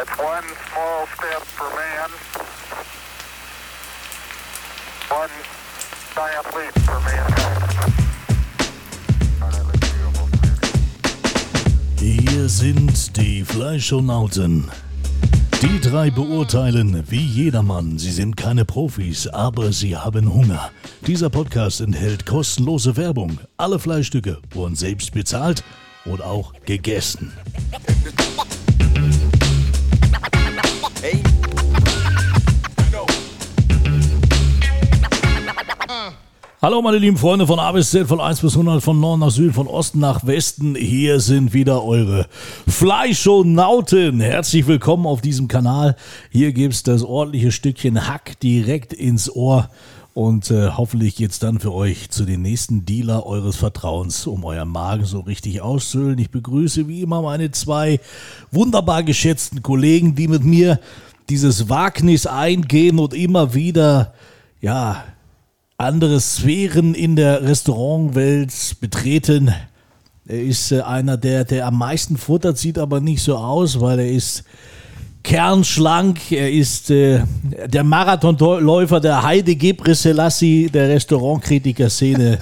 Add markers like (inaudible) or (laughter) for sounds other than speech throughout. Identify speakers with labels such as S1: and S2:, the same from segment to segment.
S1: It's one small step for man, one giant leap for mankind. Another beautiful thing.
S2: Hier sind die Fleischonauten. Die drei beurteilen wie jedermann. Sie sind keine Profis, aber sie haben Hunger. Dieser Podcast enthält kostenlose Werbung. Alle Fleischstücke wurden selbst bezahlt und auch gegessen. Hallo meine lieben Freunde von A bis Z, von 1 bis 100, von Norden nach Süden, von Osten nach Westen. Hier sind wieder eure Fleischonauten. Herzlich willkommen auf diesem Kanal. Hier gibt's das ordentliche Stückchen Hack direkt ins Ohr. Und äh, hoffentlich geht's dann für euch zu den nächsten Dealer eures Vertrauens, um euren Magen so richtig auszöhlen. Ich begrüße wie immer meine zwei wunderbar geschätzten Kollegen, die mit mir dieses Wagnis eingehen und immer wieder, ja, andere Sphären in der Restaurantwelt betreten. Er ist äh, einer, der, der am meisten futtert, sieht aber nicht so aus, weil er ist kernschlank, er ist äh, der Marathonläufer der Heide Gebre Selassie der Restaurantkritiker-Szene.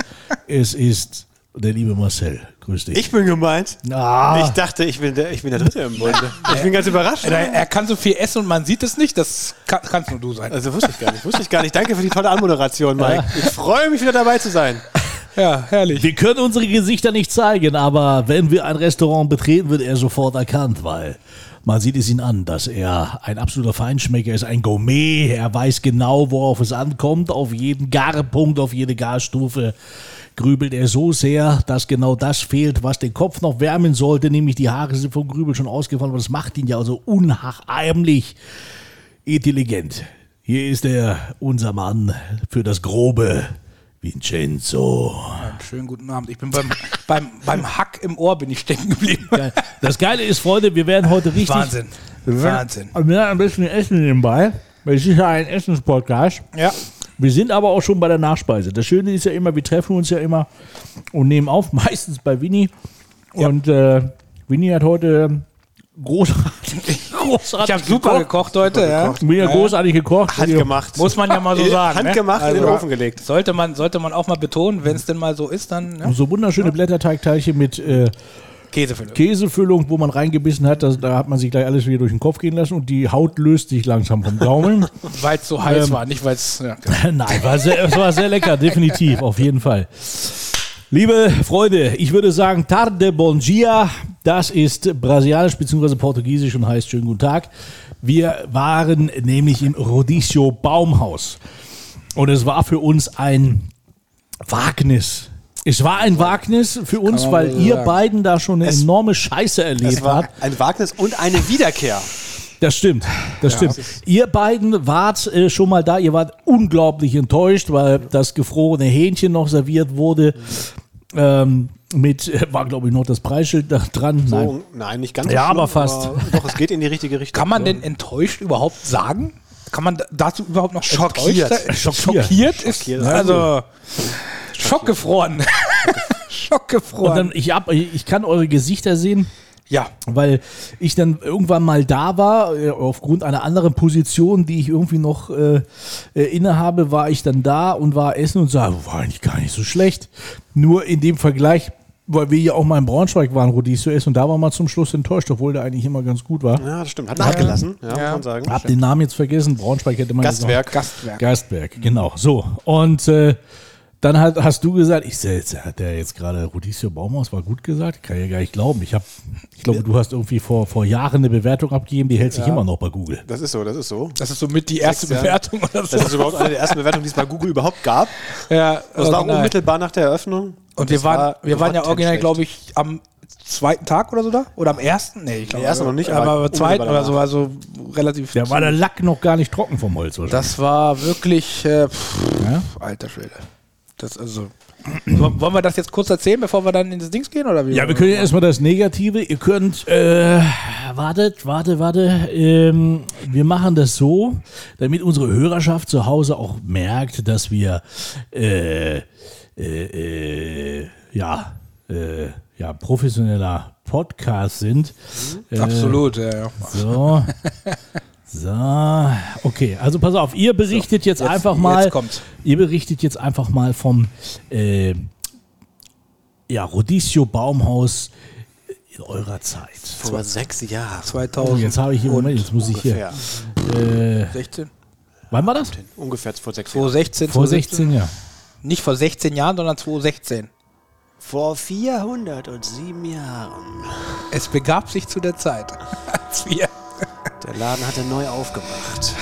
S2: es ist der liebe Marcel. Grüß dich.
S3: Ich bin gemeint.
S2: ah,
S3: Ich dachte, ich bin, der, ich bin der Dritte im Bunde. Ich bin ganz überrascht.
S4: Er, Äh, er kann so viel essen und man sieht es nicht. Das kann, kannst nur du sein.
S3: Also wusste ich gar nicht. Wusste ich gar nicht. Danke für die tolle Anmoderation, Mike. Ich freue mich wieder dabei zu sein.
S4: Ja, herrlich.
S2: wir können unsere Gesichter nicht zeigen, aber wenn wir ein Restaurant betreten, wird er sofort erkannt, weil man sieht es ihn an, dass er ein absoluter Feinschmecker ist, ein Gourmet. Er weiß genau, worauf es ankommt, auf jeden Garpunkt, auf jede Garstufe. Grübelt er so sehr, dass genau das fehlt, was den Kopf noch wärmen sollte, nämlich die Haare sind vom Grübel schon ausgefallen, aber das macht ihn ja also unheimlich intelligent. Hier ist er, unser Mann für das Grobe, Vincenzo.
S4: Einen schönen guten Abend. Ich bin beim, (laughs) beim, beim Hack im Ohr bin ich stecken geblieben.
S2: Geil. Das Geile ist, Freunde, wir werden heute richtig.
S4: Wahnsinn. Wahnsinn.
S2: Wir werden ein bisschen essen nebenbei. Es ist ja ein Essenspodcast.
S4: Ja.
S2: Wir sind aber auch schon bei der Nachspeise. Das Schöne ist ja immer, wir treffen uns ja immer und nehmen auf, (laughs) meistens bei Winnie. Und äh, Winnie hat heute großartig, großartig
S4: (laughs) Ich habe super
S2: gekocht.
S4: gekocht heute. Ja.
S2: Winnie hat
S4: Ja.
S2: großartig gekocht.
S3: Handgemacht. Äh,
S4: Muss man (laughs) ja mal so sagen.
S3: Handgemacht
S4: ne?
S3: in den Ofen gelegt.
S4: Sollte man, sollte man auch mal betonen, wenn es denn mal so ist, dann ne?
S2: So wunderschöne Blätterteigteilchen mit äh,
S4: Käsefüllung.
S2: Käsefüllung, wo man reingebissen hat. Das, da hat man sich gleich alles wieder durch den Kopf gehen lassen und die Haut löst sich langsam vom
S4: (laughs)
S2: Gaumen.
S4: Weil es so heiß war, nicht weil es. Ja.
S2: (laughs) Nein, war sehr, es war sehr lecker, definitiv, auf jeden Fall. Liebe Freunde, ich würde sagen, tarde bon dia. Das ist brasilianisch bzw. portugiesisch und heißt schönen guten Tag. Wir waren nämlich im Rodizio Baumhaus. Und es war für uns ein Wagnis. Es war ein Wagnis für uns,
S4: man
S2: weil
S4: wohl
S2: ihr
S4: sagen.
S2: beiden da schon eine enorme Scheiße erlebt
S3: Es war
S2: habt.
S3: ein Wagnis und eine Wiederkehr.
S2: Das stimmt, das stimmt. Ihr beiden wart äh, schon mal da, ihr wart unglaublich enttäuscht, weil das gefrorene Hähnchen noch serviert wurde. Ähm, mit, äh, war glaube ich noch das Preisschild da dran. Nein.
S3: Oh, nein, nicht ganz.
S2: Ja,
S3: schlimm,
S2: aber fast.
S3: doch, es geht in die richtige Richtung.
S4: Kann man denn enttäuscht überhaupt sagen? Kann man da- dazu überhaupt
S3: (laughs)
S4: noch
S3: Schockiert.
S4: enttäuscht sein?
S2: Schockiert.
S4: Schockiert. Schockiert ist
S3: Schockiert.
S4: also schockgefroren. (laughs)
S2: Und
S4: schockgefroren.
S2: dann, ich, hab, ich kann eure Gesichter sehen.
S4: ja.
S2: weil ich dann irgendwann mal da war, äh, aufgrund einer anderen Position, die ich irgendwie noch äh, äh, innehabe, war ich dann da und war essen und sah, war eigentlich gar nicht so schlecht. Nur in dem Vergleich, weil wir ja auch mal in Braunschweig waren, Rodizio essen und da war man zum Schluss enttäuscht, obwohl der eigentlich immer ganz gut war.
S3: Ja, das stimmt. Hat nachgelassen. Ja, kann man sagen.
S2: Hab den Namen jetzt vergessen, Braunschweig hätte man gesagt.
S3: Gastwerk.
S4: Gastwerk.
S2: Gastberg, genau. So, und äh, dann hat, hast du gesagt, ich seh, jetzt hat der jetzt gerade Rodizio Baumhaus war gut gesagt, kann ich ja gar nicht glauben. Ich, hab, ich glaube, du hast irgendwie vor, vor Jahren eine Bewertung abgegeben, die hält sich immer noch bei Google.
S3: Das ist so, das ist so.
S4: Das ist somit die erste
S3: Sechs Jahre.
S4: Bewertung oder so.
S3: Das ist überhaupt eine der ersten Bewertungen, die es bei Google überhaupt gab.
S4: ja,
S3: Das war
S4: original.
S3: unmittelbar nach der Eröffnung.
S4: Oh Und wir
S3: Das
S4: waren,
S3: war
S4: wir waren ja
S3: grottenschlecht.
S4: originell, glaube ich, am zweiten Tag oder so da? Oder am ersten? Nee, ich glaube.
S3: ersten noch nicht, aber
S4: aber am zweiten
S3: unmittelbar
S4: oder so, also relativ.
S2: Da war der Lack noch gar nicht trocken vom Holz. wahrscheinlich.
S4: das war wirklich. Äh, pff,
S2: Ja?
S4: Alter Schwede. Das also. W- Wollen wir das jetzt kurz erzählen, bevor wir dann ins Dings gehen? Oder wie?
S2: Ja, wir können ja erstmal das Negative. Ihr könnt, äh, wartet, warte, warte. Ähm, wir machen das so, damit unsere Hörerschaft zu Hause auch merkt, dass wir, äh, äh, äh, ja, äh, ja, professioneller Podcast sind. Äh,
S4: Absolut, ja, ja.
S2: So. So, okay, also pass auf, ihr berichtet jetzt,
S4: jetzt-
S2: einfach mal,
S4: jetzt kommt's.
S2: ihr berichtet jetzt einfach mal vom äh, ja, Rodizio Baumhaus in eurer Zeit.
S3: Vor sechs Jahren.
S4: 2000.
S2: Jetzt habe ich hier, Moment, jetzt muss ich hier.
S3: Ungefähr.
S2: Äh,
S4: 16?
S2: wann war das?
S3: Ungefähr vor sechs Jahren.
S4: 2016.
S2: Vor 16 Jahren.
S4: Nicht vor 16 Jahren, sondern 2016.
S3: Vor 407 Jahren.
S4: Es begab sich zu der Zeit, (laughs) als wir.
S3: Der Laden hatte neu aufgemacht.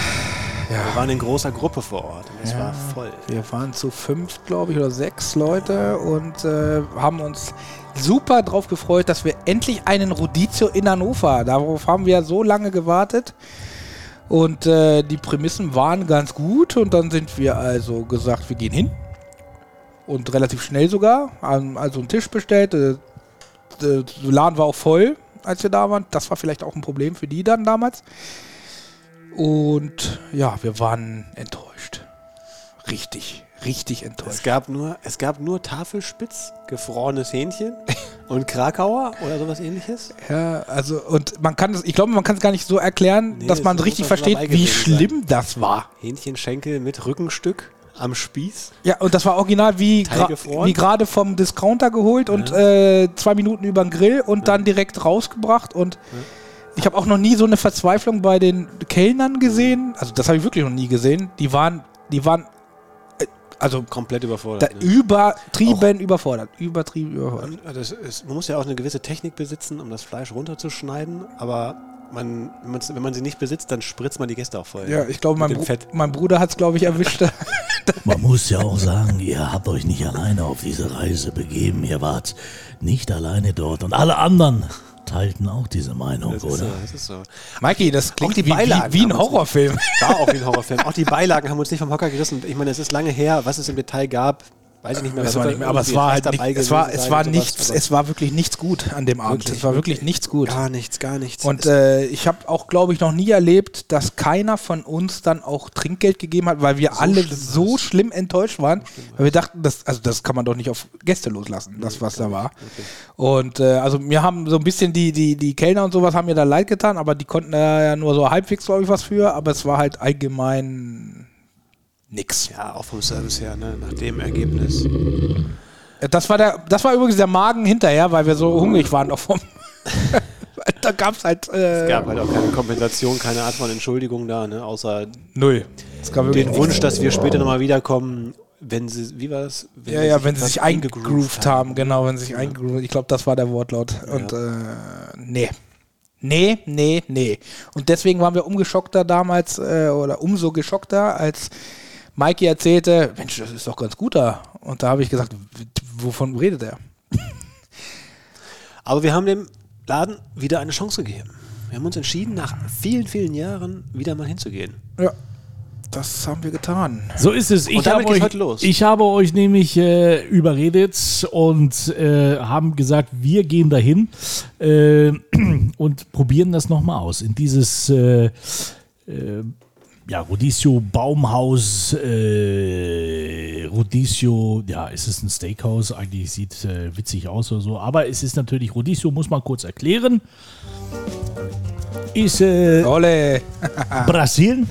S3: Wir waren in großer Gruppe vor Ort und es war voll.
S4: Wir waren zu fünf, glaube ich, oder sechs Leute und äh, haben uns super drauf gefreut, dass wir endlich einen Rodizio in Hannover. Darauf haben wir so lange gewartet. Und äh, die Prämissen waren ganz gut und dann sind wir also gesagt, wir gehen hin. Und relativ schnell sogar. haben Also einen Tisch bestellt. äh, Der Laden war auch voll, als wir da waren. Das war vielleicht auch ein Problem für die dann damals. Und ja, wir waren enttäuscht richtig, richtig
S3: Es
S4: enttäuscht.
S3: gab nur, es gab nur Tafelspitz, gefrorenes (laughs) Hähnchen und Krakauer oder sowas ähnliches.
S4: Ja, also und man kann es, ich glaube, man kann es gar nicht so erklären,
S3: Nee,
S4: dass
S3: es
S4: man
S3: muss
S4: richtig
S3: man schon
S4: versteht,
S3: dabei
S4: wie
S3: gewesen sein.
S4: schlimm das war.
S3: Hähnchenschenkel mit Rückenstück am Spieß.
S4: Ja, und das war original wie,
S3: Teil
S4: gra
S3: gefroren.
S4: wie gerade vom Discounter geholt und äh, zwei Minuten über den Grill und dann direkt rausgebracht und ich habe auch noch nie so eine Verzweiflung bei den Kellnern gesehen. Also das habe ich wirklich noch nie gesehen. Die waren, die waren äh, also
S3: Komplett
S4: da,
S3: überfordert. ne?
S4: übertrieben überfordert, übertrieben überfordert.
S3: Und, äh, Das ist, man muss ja auch eine gewisse Technik besitzen, um das Fleisch runterzuschneiden, aber man, wenn, man's- wenn man sie nicht besitzt, dann spritzt man die Gäste auch voll.
S4: Ja, ich glaube, mein,
S3: Mit dem
S4: Bru
S3: Fett.
S4: mein Bruder hat es, glaube
S3: (laughs)
S4: ich, erwischt.
S2: Man muss ja auch sagen, ihr habt euch nicht alleine auf diese Reise begeben. Ihr wart nicht alleine dort. Und alle anderen teilten auch diese Meinung,
S3: Das ist
S2: oder?
S4: ne?
S3: so, das ist so.
S4: Mikey, das
S3: Auch
S4: klingt
S3: die
S4: wie, wie,
S3: Beilagen
S4: wie ein
S3: haben uns-
S4: Horrorfilm.
S3: War auch wie ein Horrorfilm. Auch die Beilagen haben uns nicht vom Hocker gerissen. Ich meine, es ist lange her, was es im Detail gab, weiß ich nicht mehr.
S4: Das
S3: was
S4: war
S3: da
S4: nicht mehr, aber es
S3: irgendwie
S4: war
S3: fast
S4: halt nicht,
S3: dabei
S4: es war,
S3: gewesen
S4: es
S3: sein
S4: war
S3: und sowas,
S4: nichts,
S3: aber
S4: es war wirklich nichts gut an dem Abend.
S3: Wirklich,
S4: es war wirklich nichts gut.
S3: gar nichts, gar nichts.
S4: Und
S3: es,
S4: äh, ich habe auch, glaube ich, noch nie erlebt, dass keiner von uns dann auch Trinkgeld gegeben hat, weil wir alle so schlimm enttäuscht waren, weil wir dachten, das, also das kann man doch nicht auf Gäste loslassen, das was da war. Und äh, also mir haben so ein bisschen die, die, die Kellner und sowas haben mir da leid getan, aber die konnten da ja nur so halbwegs, glaube ich, was für, aber es war halt allgemein nix.
S3: ja, auch vom Service her, ne, nach dem Ergebnis.
S4: Äh, Das war, der, das war übrigens der Magen hinterher, weil wir so hungrig waren auch (laughs) vom. da gab es halt äh,
S3: Gab halt auch keine Kompensation, keine Art von Entschuldigung da, ne, außer
S4: null. Es gab wirklich
S3: den Wunsch, dass wir später nochmal wiederkommen, wenn sie, wie war das?
S4: ja,
S3: sie
S4: ja,
S3: sich
S4: wenn sie
S3: etwas
S4: sich eingegroovt haben. genau, wenn sie sich eingegroovt Ich glaube, das war der Wortlaut. Und äh, nee. Nee, nee, nee. Und deswegen waren wir umgeschockter damals äh, oder umso geschockter, als Mikey erzählte, Mensch, das ist doch ganz gut da. Und da habe ich gesagt, w- wovon redet er?
S3: Aber wir haben dem Laden wieder eine Chance gegeben. Wir haben uns entschieden, nach vielen, vielen Jahren wieder mal hinzugehen.
S4: Ja, das haben wir getan.
S2: So ist es. Ich,
S3: damit
S2: habe,
S3: geht's
S2: euch,
S3: heute los.
S2: ich habe euch nämlich äh, überredet und äh, haben gesagt, wir gehen dahin äh, (clears throat) und probieren das nochmal aus. In dieses äh, äh, ja, Rodizio Baumhaus, äh, Rodizio, ja, es ist ein Steakhouse, eigentlich sieht äh, witzig aus oder so, aber es ist natürlich Rodizio, muss man kurz erklären. Ist äh,
S4: Olle.
S2: Brasil.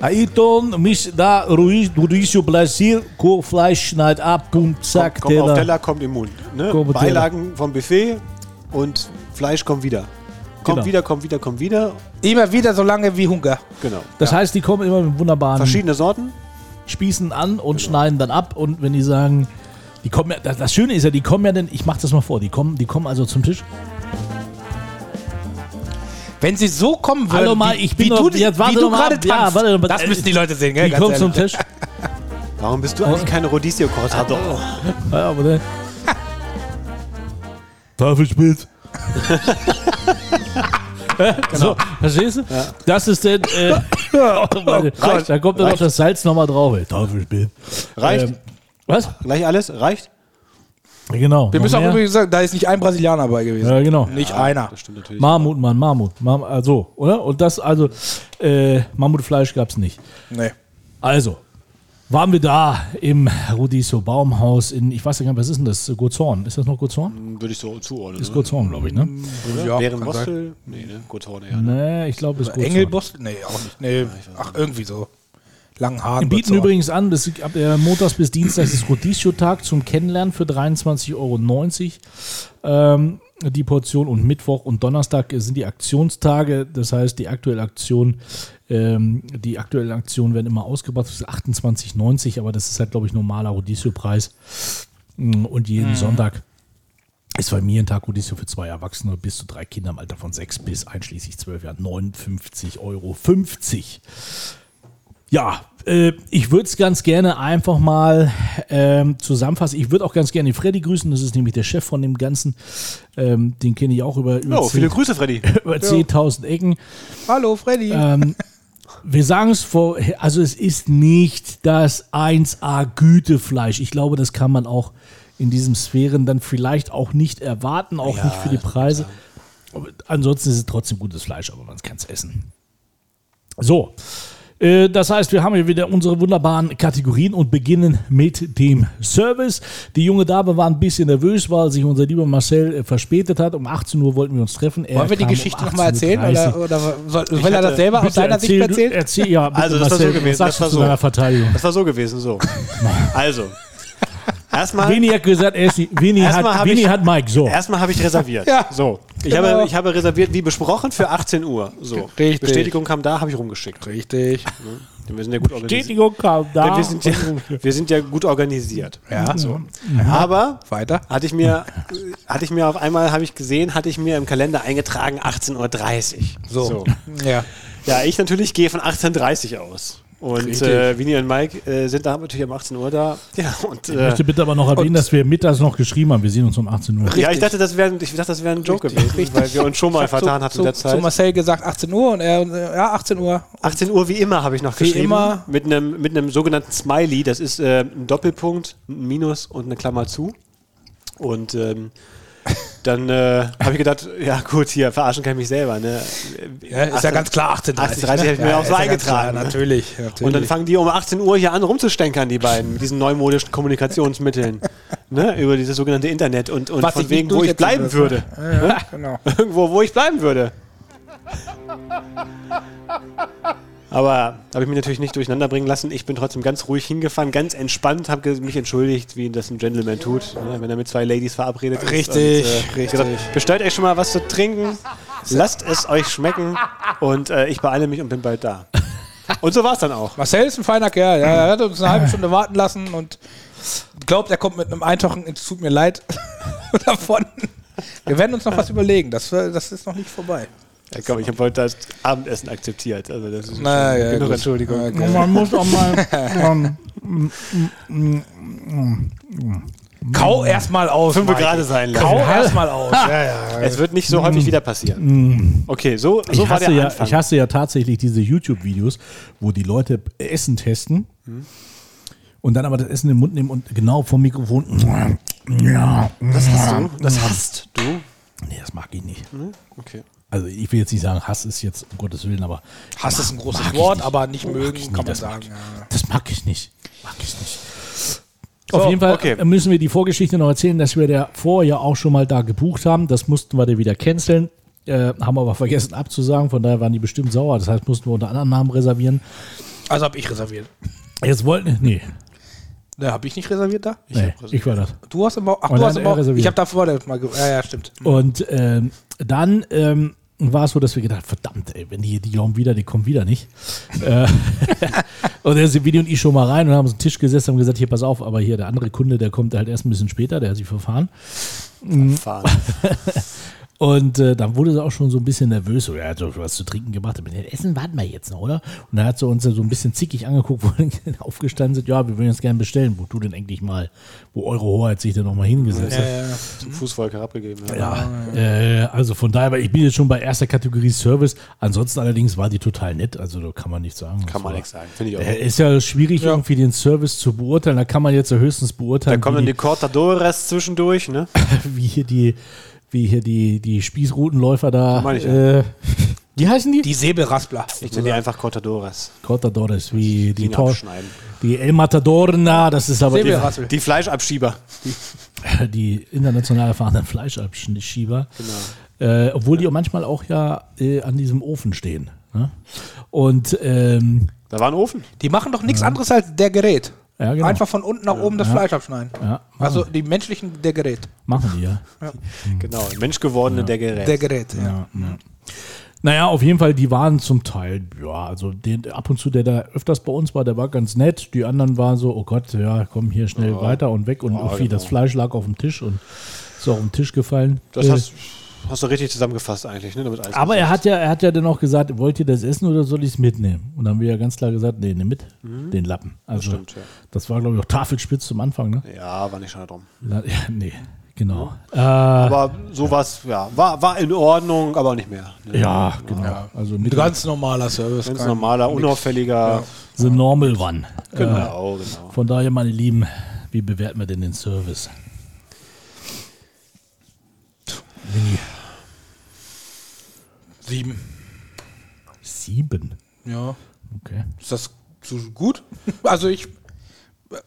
S2: Aí Tom mich da ruhig durch so Brasil, Kohlfleisch schneid ab, pum, zack,
S3: kommt auf
S2: Teller.
S3: Teller, kommt im Mund. Ne?
S2: Kommt auf Teller.
S3: Beilagen vom Buffet und Fleisch kommt wieder. Kommt
S2: Genau.
S3: wieder, kommt wieder, kommt wieder.
S4: Immer wieder so lange wie Hunger.
S3: Genau.
S2: Das heißt, die kommen immer mit wunderbaren
S3: Verschiedene Sorten.
S2: Spießen an und schneiden dann ab. Und wenn die sagen, die kommen ja, das, das Schöne ist ja, die kommen ja denn, ich mach das mal vor, die kommen, die kommen also zum Tisch.
S4: Wenn sie so kommen würden,
S2: Hallo, Mai,
S4: wie-
S2: ich bin
S4: wie
S2: doch-
S4: du, die-
S2: jetzt warte
S4: wie du
S2: doch mal
S4: gerade
S2: ab. Ja,
S4: tanzt,
S2: warte doch mal.
S4: das müssen die Leute sehen, gell?
S2: Die
S4: Ganz
S2: kommen zum
S4: ehrlich.
S2: Tisch.
S3: Warum bist du eigentlich
S2: Oh.
S3: keine rodizio cortador
S2: Ja, aber dann. Tafelspitz. Genau. So, verstehst du? Das ist denn. Äh, oh, meine,
S3: Reicht.
S2: da kommt dann noch
S3: Reicht.
S2: das Salz nochmal drauf. Ey. Tafelspitz.
S3: Reicht.
S2: Ähm, was?
S3: Gleich alles? Reicht?
S2: Genau.
S4: Wir
S2: noch
S4: müssen auch
S2: mehr?
S4: übrigens sagen, da ist nicht ein Brasilianer bei gewesen.
S2: Ja, genau.
S4: Nicht einer.
S3: Das stimmt natürlich.
S2: Mammut, Mann, Mammut. Mam also, oder? Und das, also, äh, Mammutfleisch gab's nicht.
S4: Nee.
S2: Also, waren wir da im Rudisio Baumhaus in, ich weiß ja gar nicht, was ist denn das? Gurzhorn. Ist das noch Gurzhorn?
S3: Hm, Würde ich so zuordnen.
S2: Ist Gurzhorn, glaube ich, ne?
S3: oder?
S4: Ja,
S3: Wären
S4: kann sein.
S3: Bostel? Nee, ne? Guthorn eher. Ne?
S2: Nee, ich glaube, es ist Gurzhorn.
S4: Engelboss? Nee, auch nicht. Nee, ach, irgendwie so. Langen Haaren.
S2: Wir bieten
S4: wird's auch.
S2: übrigens an, bis, ab äh, montags bis dienstags ist Rodizio-Tag zum Kennenlernen für 23,90 Euro. Ähm, die Portion und Mittwoch und Donnerstag äh, sind die Aktionstage. Das heißt, die aktuelle Aktion, ähm, die aktuellen Aktionen werden immer ausgebracht. Das ist 28,90, aber das ist halt, glaube ich, normaler Rodizio-Preis. Mm, Und jeden Sonntag ist bei mir ein Tag Rodizio für zwei Erwachsene bis zu drei Kinder im Alter von sechs bis einschließlich zwölf Jahren 59,50 Euro. Ja, äh, ich würde es ganz gerne einfach mal ähm, zusammenfassen. Ich würde auch ganz gerne den Freddy grüßen. Das ist nämlich der Chef von dem Ganzen. Ähm, den kenne ich auch über, über
S3: Oh, viele
S2: 10
S3: Grüße, Freddy.
S2: über 10.000 Ecken.
S4: Hallo,
S3: Äh,
S4: Freddy.
S2: Ähm, wir sagen es vor, also es ist nicht das 1A Gütefleisch. Ich glaube, das kann man auch in diesen Sphären dann vielleicht auch nicht erwarten, auch nicht für die Preise. Aber ansonsten ist es trotzdem gutes Fleisch, aber man kann es essen. So, äh, das heißt, wir haben hier wieder unsere wunderbaren Kategorien und beginnen mit dem Service. Die junge Dame war ein bisschen nervös, weil sich unser lieber Marcel äh, verspätet hat. Um 18 Uhr wollten wir uns treffen. Er
S4: Wollen wir die
S2: kam um
S4: Geschichte nochmal erzählen?
S2: 18.30 Uhr.
S4: Oder, oder soll, will er das
S3: hatte-
S4: selber aus
S2: Bitte
S4: seiner Sicht
S2: erzähl, du-
S4: erzählen?
S2: Erzähl, ja, bitte,
S3: Also, das war so
S2: Marcel,
S3: gewesen,
S2: Was sagst
S3: das war
S2: du zu
S3: so.
S2: deiner Verteidigung?
S3: Das war so
S2: (laughs)
S3: gewesen, so. Also, erstmal.
S2: Vini hat gesagt, er ist die, Vini,
S3: Erstmal
S2: hat,
S3: Äh, hab
S2: Vini
S3: ich-
S2: hat Mike, so.
S3: Erstmal habe ich reserviert.
S4: Ja,
S3: so. Ich,
S4: genau.
S3: habe, ich habe reserviert, wie besprochen, für 18 Uhr. So.
S4: Richtig.
S3: Bestätigung kam da, habe ich rumgeschickt.
S4: Richtig.
S3: Wir sind ja gut organisiert.
S2: Bestätigung kam da.
S3: Wir sind ja, wir sind ja gut organisiert.
S4: Ja, so.
S3: Aber
S4: Weiter.
S3: hatte ich mir, hatte ich mir auf einmal, habe ich gesehen, hatte ich mir im Kalender eingetragen 18.30 Uhr.
S4: So. Ja.
S3: Ja, ich natürlich gehe von 18.30 Uhr aus. Und
S4: Richtig.
S3: äh, Vinny und Mike äh, sind da natürlich um 18 Uhr da. Ja, und
S2: ich
S3: äh,
S2: möchte bitte aber noch erwähnen, dass wir mittags noch geschrieben haben. Wir sehen uns um 18 Uhr.
S3: ja, ich dachte, das wäre ich dachte, das wäre ein Joke gewesen, weil wir uns schon mal vertan hatten
S4: zu,
S3: in der
S4: zu
S3: Zeit.
S4: Marcel gesagt 18 Uhr und er, äh, ja, 18 Uhr.
S3: 18 Uhr wie immer habe ich noch
S4: Wie
S3: geschrieben.
S4: immer.
S3: Mit einem mit einem sogenannten Smiley. Das ist äh, ein Doppelpunkt, ein Minus und eine Klammer zu. Und
S4: (laughs)
S3: ähm, dann äh, habe ich gedacht, ja gut, hier verarschen kann ich mich selber. Ne?
S4: Ja, ist ja
S3: 18
S4: ganz klar 18.30
S3: 18.30 habe ich mir auch so
S4: ist ne? ja ganz
S3: eingetragen,
S4: Klar,
S3: ne?
S4: natürlich, natürlich.
S3: Und dann fangen die um 18 Uhr hier an rumzustänkern, die beiden, mit diesen neumodischen
S4: (laughs)
S3: Kommunikationsmitteln. ne? Über dieses sogenannte Internet und, und
S4: Was
S3: von
S4: ich
S3: wegen,
S4: nicht
S3: wo ich
S4: durchsetzen
S3: bleiben
S4: würde.
S3: würde.
S4: Ja, ja, genau.
S3: Irgendwo, wo ich bleiben würde. Aber habe ich mich natürlich nicht durcheinander bringen lassen. Ich bin trotzdem ganz ruhig hingefahren, ganz entspannt, habe mich entschuldigt, wie das ein Gentleman tut, ne, wenn er mit zwei Ladies verabredet ist.
S4: Richtig,
S3: und, äh,
S4: richtig.
S3: Gesagt, bestellt euch schon mal was zu trinken, lasst es euch schmecken und äh, ich beeile mich und bin bald da. Und so war es dann auch.
S4: Marcel ist ein feiner Kerl. Ja, er hat uns eine halbe Stunde warten lassen und glaubt, er kommt mit einem Eintochen. Es tut mir leid (laughs) davon. Wir werden uns noch was überlegen. Das, äh, das ist noch nicht vorbei.
S3: Ja, komm, ich habe heute das Abendessen akzeptiert. Also das ist
S4: Na,
S3: schon
S4: ja,
S3: genug
S4: gut.
S3: Entschuldigung.
S2: Man muss auch mal. ähm,
S4: Kau erstmal aus.
S3: Fünfe
S4: Mike.
S3: gerade sein lassen.
S4: Kau erstmal aus. Ja, ja. Mm.
S3: Es wird nicht so häufig wieder passieren. Okay, so, (laughs) so
S2: ich,
S3: war der
S2: hasse ja,
S3: Anfang.
S2: ich hasse ja tatsächlich diese YouTube-Videos, wo die Leute Essen testen
S3: Mhm.
S2: und dann aber das Essen in den Mund nehmen und genau vom Mikrofon. Ja,
S3: das hast du. Das hast du. Mhm.
S2: nee, das mag ich nicht.
S3: Okay.
S2: Also ich will jetzt nicht sagen, Hass ist jetzt um Gottes Willen, aber
S4: Hass ist ein großes
S2: Mag ich
S4: Wort,
S2: nicht.
S4: aber nicht mögen
S2: ich nicht,
S4: kann man
S2: das
S4: sagen.
S2: Das mag ich nicht. Mag ich nicht.
S4: So,
S2: Auf jeden Fall
S3: okay.
S2: müssen wir die Vorgeschichte noch erzählen, dass wir da vorher auch schon mal da gebucht haben. Das mussten wir dann wieder canceln. Äh, haben aber vergessen abzusagen, von daher waren die bestimmt sauer. Das heißt, mussten wir unter anderen Namen reservieren.
S4: ja. Also habe ich reserviert.
S2: Jetzt wollten. Nee,
S4: Ne, habe ich nicht reserviert da?
S2: nee ich war das.
S4: Du hast immer. Ach,
S2: Und
S4: du hast
S2: dann
S4: immer.
S2: reserviert.
S4: Ich habe da vorher mal. Ge ja, ja, stimmt.
S2: Und ähm, dann ähm, war es so, dass wir gedacht haben, verdammt, ey, wenn die, die kommen wieder, die kommen wieder nicht. Äh, (laughs) und dann sind Vini und ich schon mal rein und haben uns am Tisch gesessen und haben gesagt, hier, pass auf, aber hier, der andere Kunde, der kommt halt erst ein bisschen später, der hat sich verfahren.
S4: Mm.
S3: Fahren.
S2: Und äh, dann wurde sie auch schon so ein bisschen nervös. Oder er hat so was zu trinken gemacht. Aber den Essen warten wir jetzt noch, oder? Und dann hat sie uns so ein bisschen zickig angeguckt, (laughs) wo wir aufgestanden sind. Ja, wir würden jetzt gerne bestellen. Wo du denn eigentlich mal, wo eure Hoheit sich denn nochmal hingesetzt hat.
S4: ja.
S3: Zum Fußvolk herabgegeben. Ja.
S2: Ja, äh, also von daher, aber ich bin jetzt schon bei erster Kategorie Service. Ansonsten allerdings war die total nett. Also da kann man nichts sagen.
S3: Kann man
S2: Das war-
S3: nichts sagen. Finde ich
S2: Äh,
S3: auch.
S2: Ist ja schwierig, irgendwie den Service zu beurteilen. Da kann man jetzt ja höchstens
S3: Da
S2: beurteilen,
S3: kommen dann
S2: wie,
S3: die Cortadores zwischendurch, ne?
S2: (laughs) wie hier die, wie hier die, die Spießrutenläufer da
S3: meine ich ja.
S2: äh, Wie heißen die?
S4: Die Säbelraspler.
S3: Ich nenne die einfach Cortadoras.
S2: Cortadores, wie die
S3: Dinge
S2: Tor
S3: abschneiden.
S2: Die El Matadorna, das ist aber die,
S4: Säbelraspel.
S3: Die Fleischabschieber.
S2: (laughs) die international erfahrenen Fleischabschieber.
S3: Genau.
S2: Äh, obwohl die auch manchmal auch ja äh, an diesem Ofen stehen. Ne? Und ähm,
S3: Da war ein Ofen.
S4: Die machen doch nichts anderes als der Gerät.
S2: Ja, genau.
S4: Einfach von unten nach oben das Fleisch abschneiden.
S2: ja,
S4: Also die menschlichen, der Gerät.
S2: machen die ja.
S3: Genau, ein menschgewordene der Gerät.
S4: Mhm. Der Gerät, ja.
S2: (laughs) Naja, auf jeden Fall, die waren zum Teil, ja, also den, ab und zu, der da öfters bei uns war, der war ganz nett. Die anderen waren so, oh Gott, ja, komm hier schnell weiter und weg. Und irgendwie
S3: genau.
S2: das Fleisch lag auf dem Tisch und ist auf den Tisch gefallen.
S3: das
S2: Äh,
S3: hast, hast du richtig zusammengefasst eigentlich. Ne? Damit alles
S2: Aber er hat ja, er hat ja dann auch gesagt, wollt ihr das essen oder soll ich es mitnehmen? Und dann haben wir ja ganz klar gesagt, nee, nimm mit, den Lappen. Also das,
S3: Mhm. stimmt, ja.
S2: war, glaube ich, auch Tafelspitz zum Anfang, ne?
S3: Ja, war nicht schon drum.
S2: Ja, nee, genau.
S4: Ah.
S2: Äh,
S3: Aber sowas, ja, war, war in Ordnung, aber nicht mehr. Ne?
S2: ja, genau. Also mit
S4: Ganz normaler Service.
S3: Ganz
S4: kein-
S3: normaler, unauffälliger.
S2: The Normal One. Äh,
S3: Genau, genau.
S2: Von daher, meine Lieben, wie bewerten wir denn den Service?
S4: Sieben.
S2: Sieben.
S4: Ja.
S2: Okay.
S4: Ist das so gut? Also ich.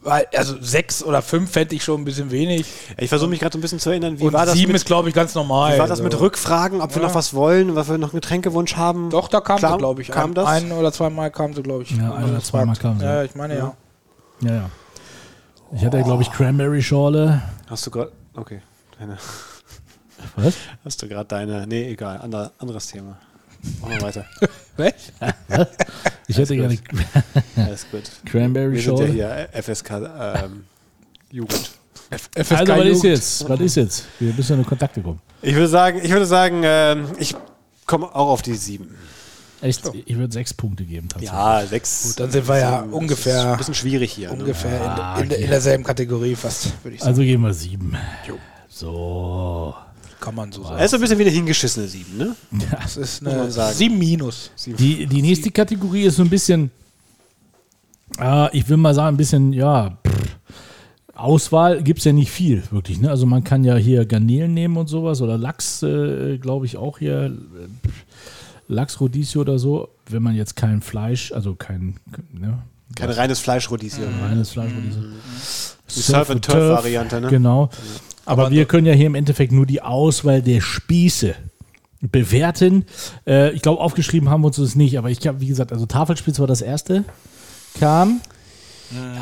S4: weil- Also sechs oder fünf fände ich schon ein bisschen wenig.
S3: Ich versuche mich gerade so ein bisschen zu erinnern, wie
S4: Und
S3: war das
S4: sieben
S3: mit,
S4: ist, glaube ich, ganz normal.
S3: wie war das mit
S4: Also,
S3: Rückfragen, ob wir noch was wollen, ob wir noch einen Getränkewunsch haben?
S4: Doch, da kam
S3: Klar,
S4: sie, glaube ich.
S3: Kam
S4: ein,
S3: das?
S4: ein oder zweimal kam sie, glaube ich.
S2: Ja, ein oder zweimal kam sie.
S4: Ja, ich meine ja.
S2: Ja, ja. Ich hatte, glaube ich, Cranberry-Schorle.
S3: Hast du gerade. Okay. Deine,
S2: Was?
S3: hast du gerade deine. Nee, egal. Ander, anderes Thema. Machen wir weiter.
S4: Welch?
S2: Ich hätte gerne (laughs)
S3: Alles gut. Wir sind ja
S2: Cranberry-Schorle.
S3: hier äh, FSK ähm, Jugend.
S4: FSK
S2: also, was ist
S4: Jugend.
S2: jetzt? Was ist jetzt? Wir müssen ja in Kontakt gekommen.
S3: Ich würde sagen, ich würde sagen, ähm, ich komme auch auf die sieben.
S2: Echt? Ich würde sechs Punkte geben. tatsächlich.
S3: Ja, sechs.
S4: Dann sind wir ja
S3: Sieben.
S4: ungefähr-
S3: Das Ist ein bisschen schwierig hier. Ne?
S4: Ungefähr in, in, in derselben Kategorie fast, würde ich sagen.
S2: Also geben wir sieben.
S4: Jo.
S2: So.
S4: Kann man so
S3: Das
S4: sagen.
S3: ist so ein bisschen wie eine hingeschissene sieben, ne?
S4: Das ist
S3: man
S4: eine
S3: sagen.
S4: 7 minus.
S2: Die, die nächste Kategorie ist so ein bisschen, äh, ich will mal sagen, ein bisschen, ja, pff, Auswahl gibt es ja nicht viel, wirklich. Ne? Also man kann ja hier Garnelen nehmen und sowas oder Lachs, äh, glaube ich, auch hier. äh, pff, Lachs Rodizio oder so, wenn man jetzt kein Fleisch, also kein ne,
S3: Kein reines Fleischrodizio.
S4: Mhm.
S2: reines Fleisch Rodizio.
S3: Surf and Turf Variante, ne?
S2: Genau. Aber wir können ja hier im Endeffekt nur die Auswahl der Spieße bewerten. Äh, ich glaube, aufgeschrieben haben wir uns das nicht, aber ich habe, wie gesagt, also Tafelspitz war das erste, kam.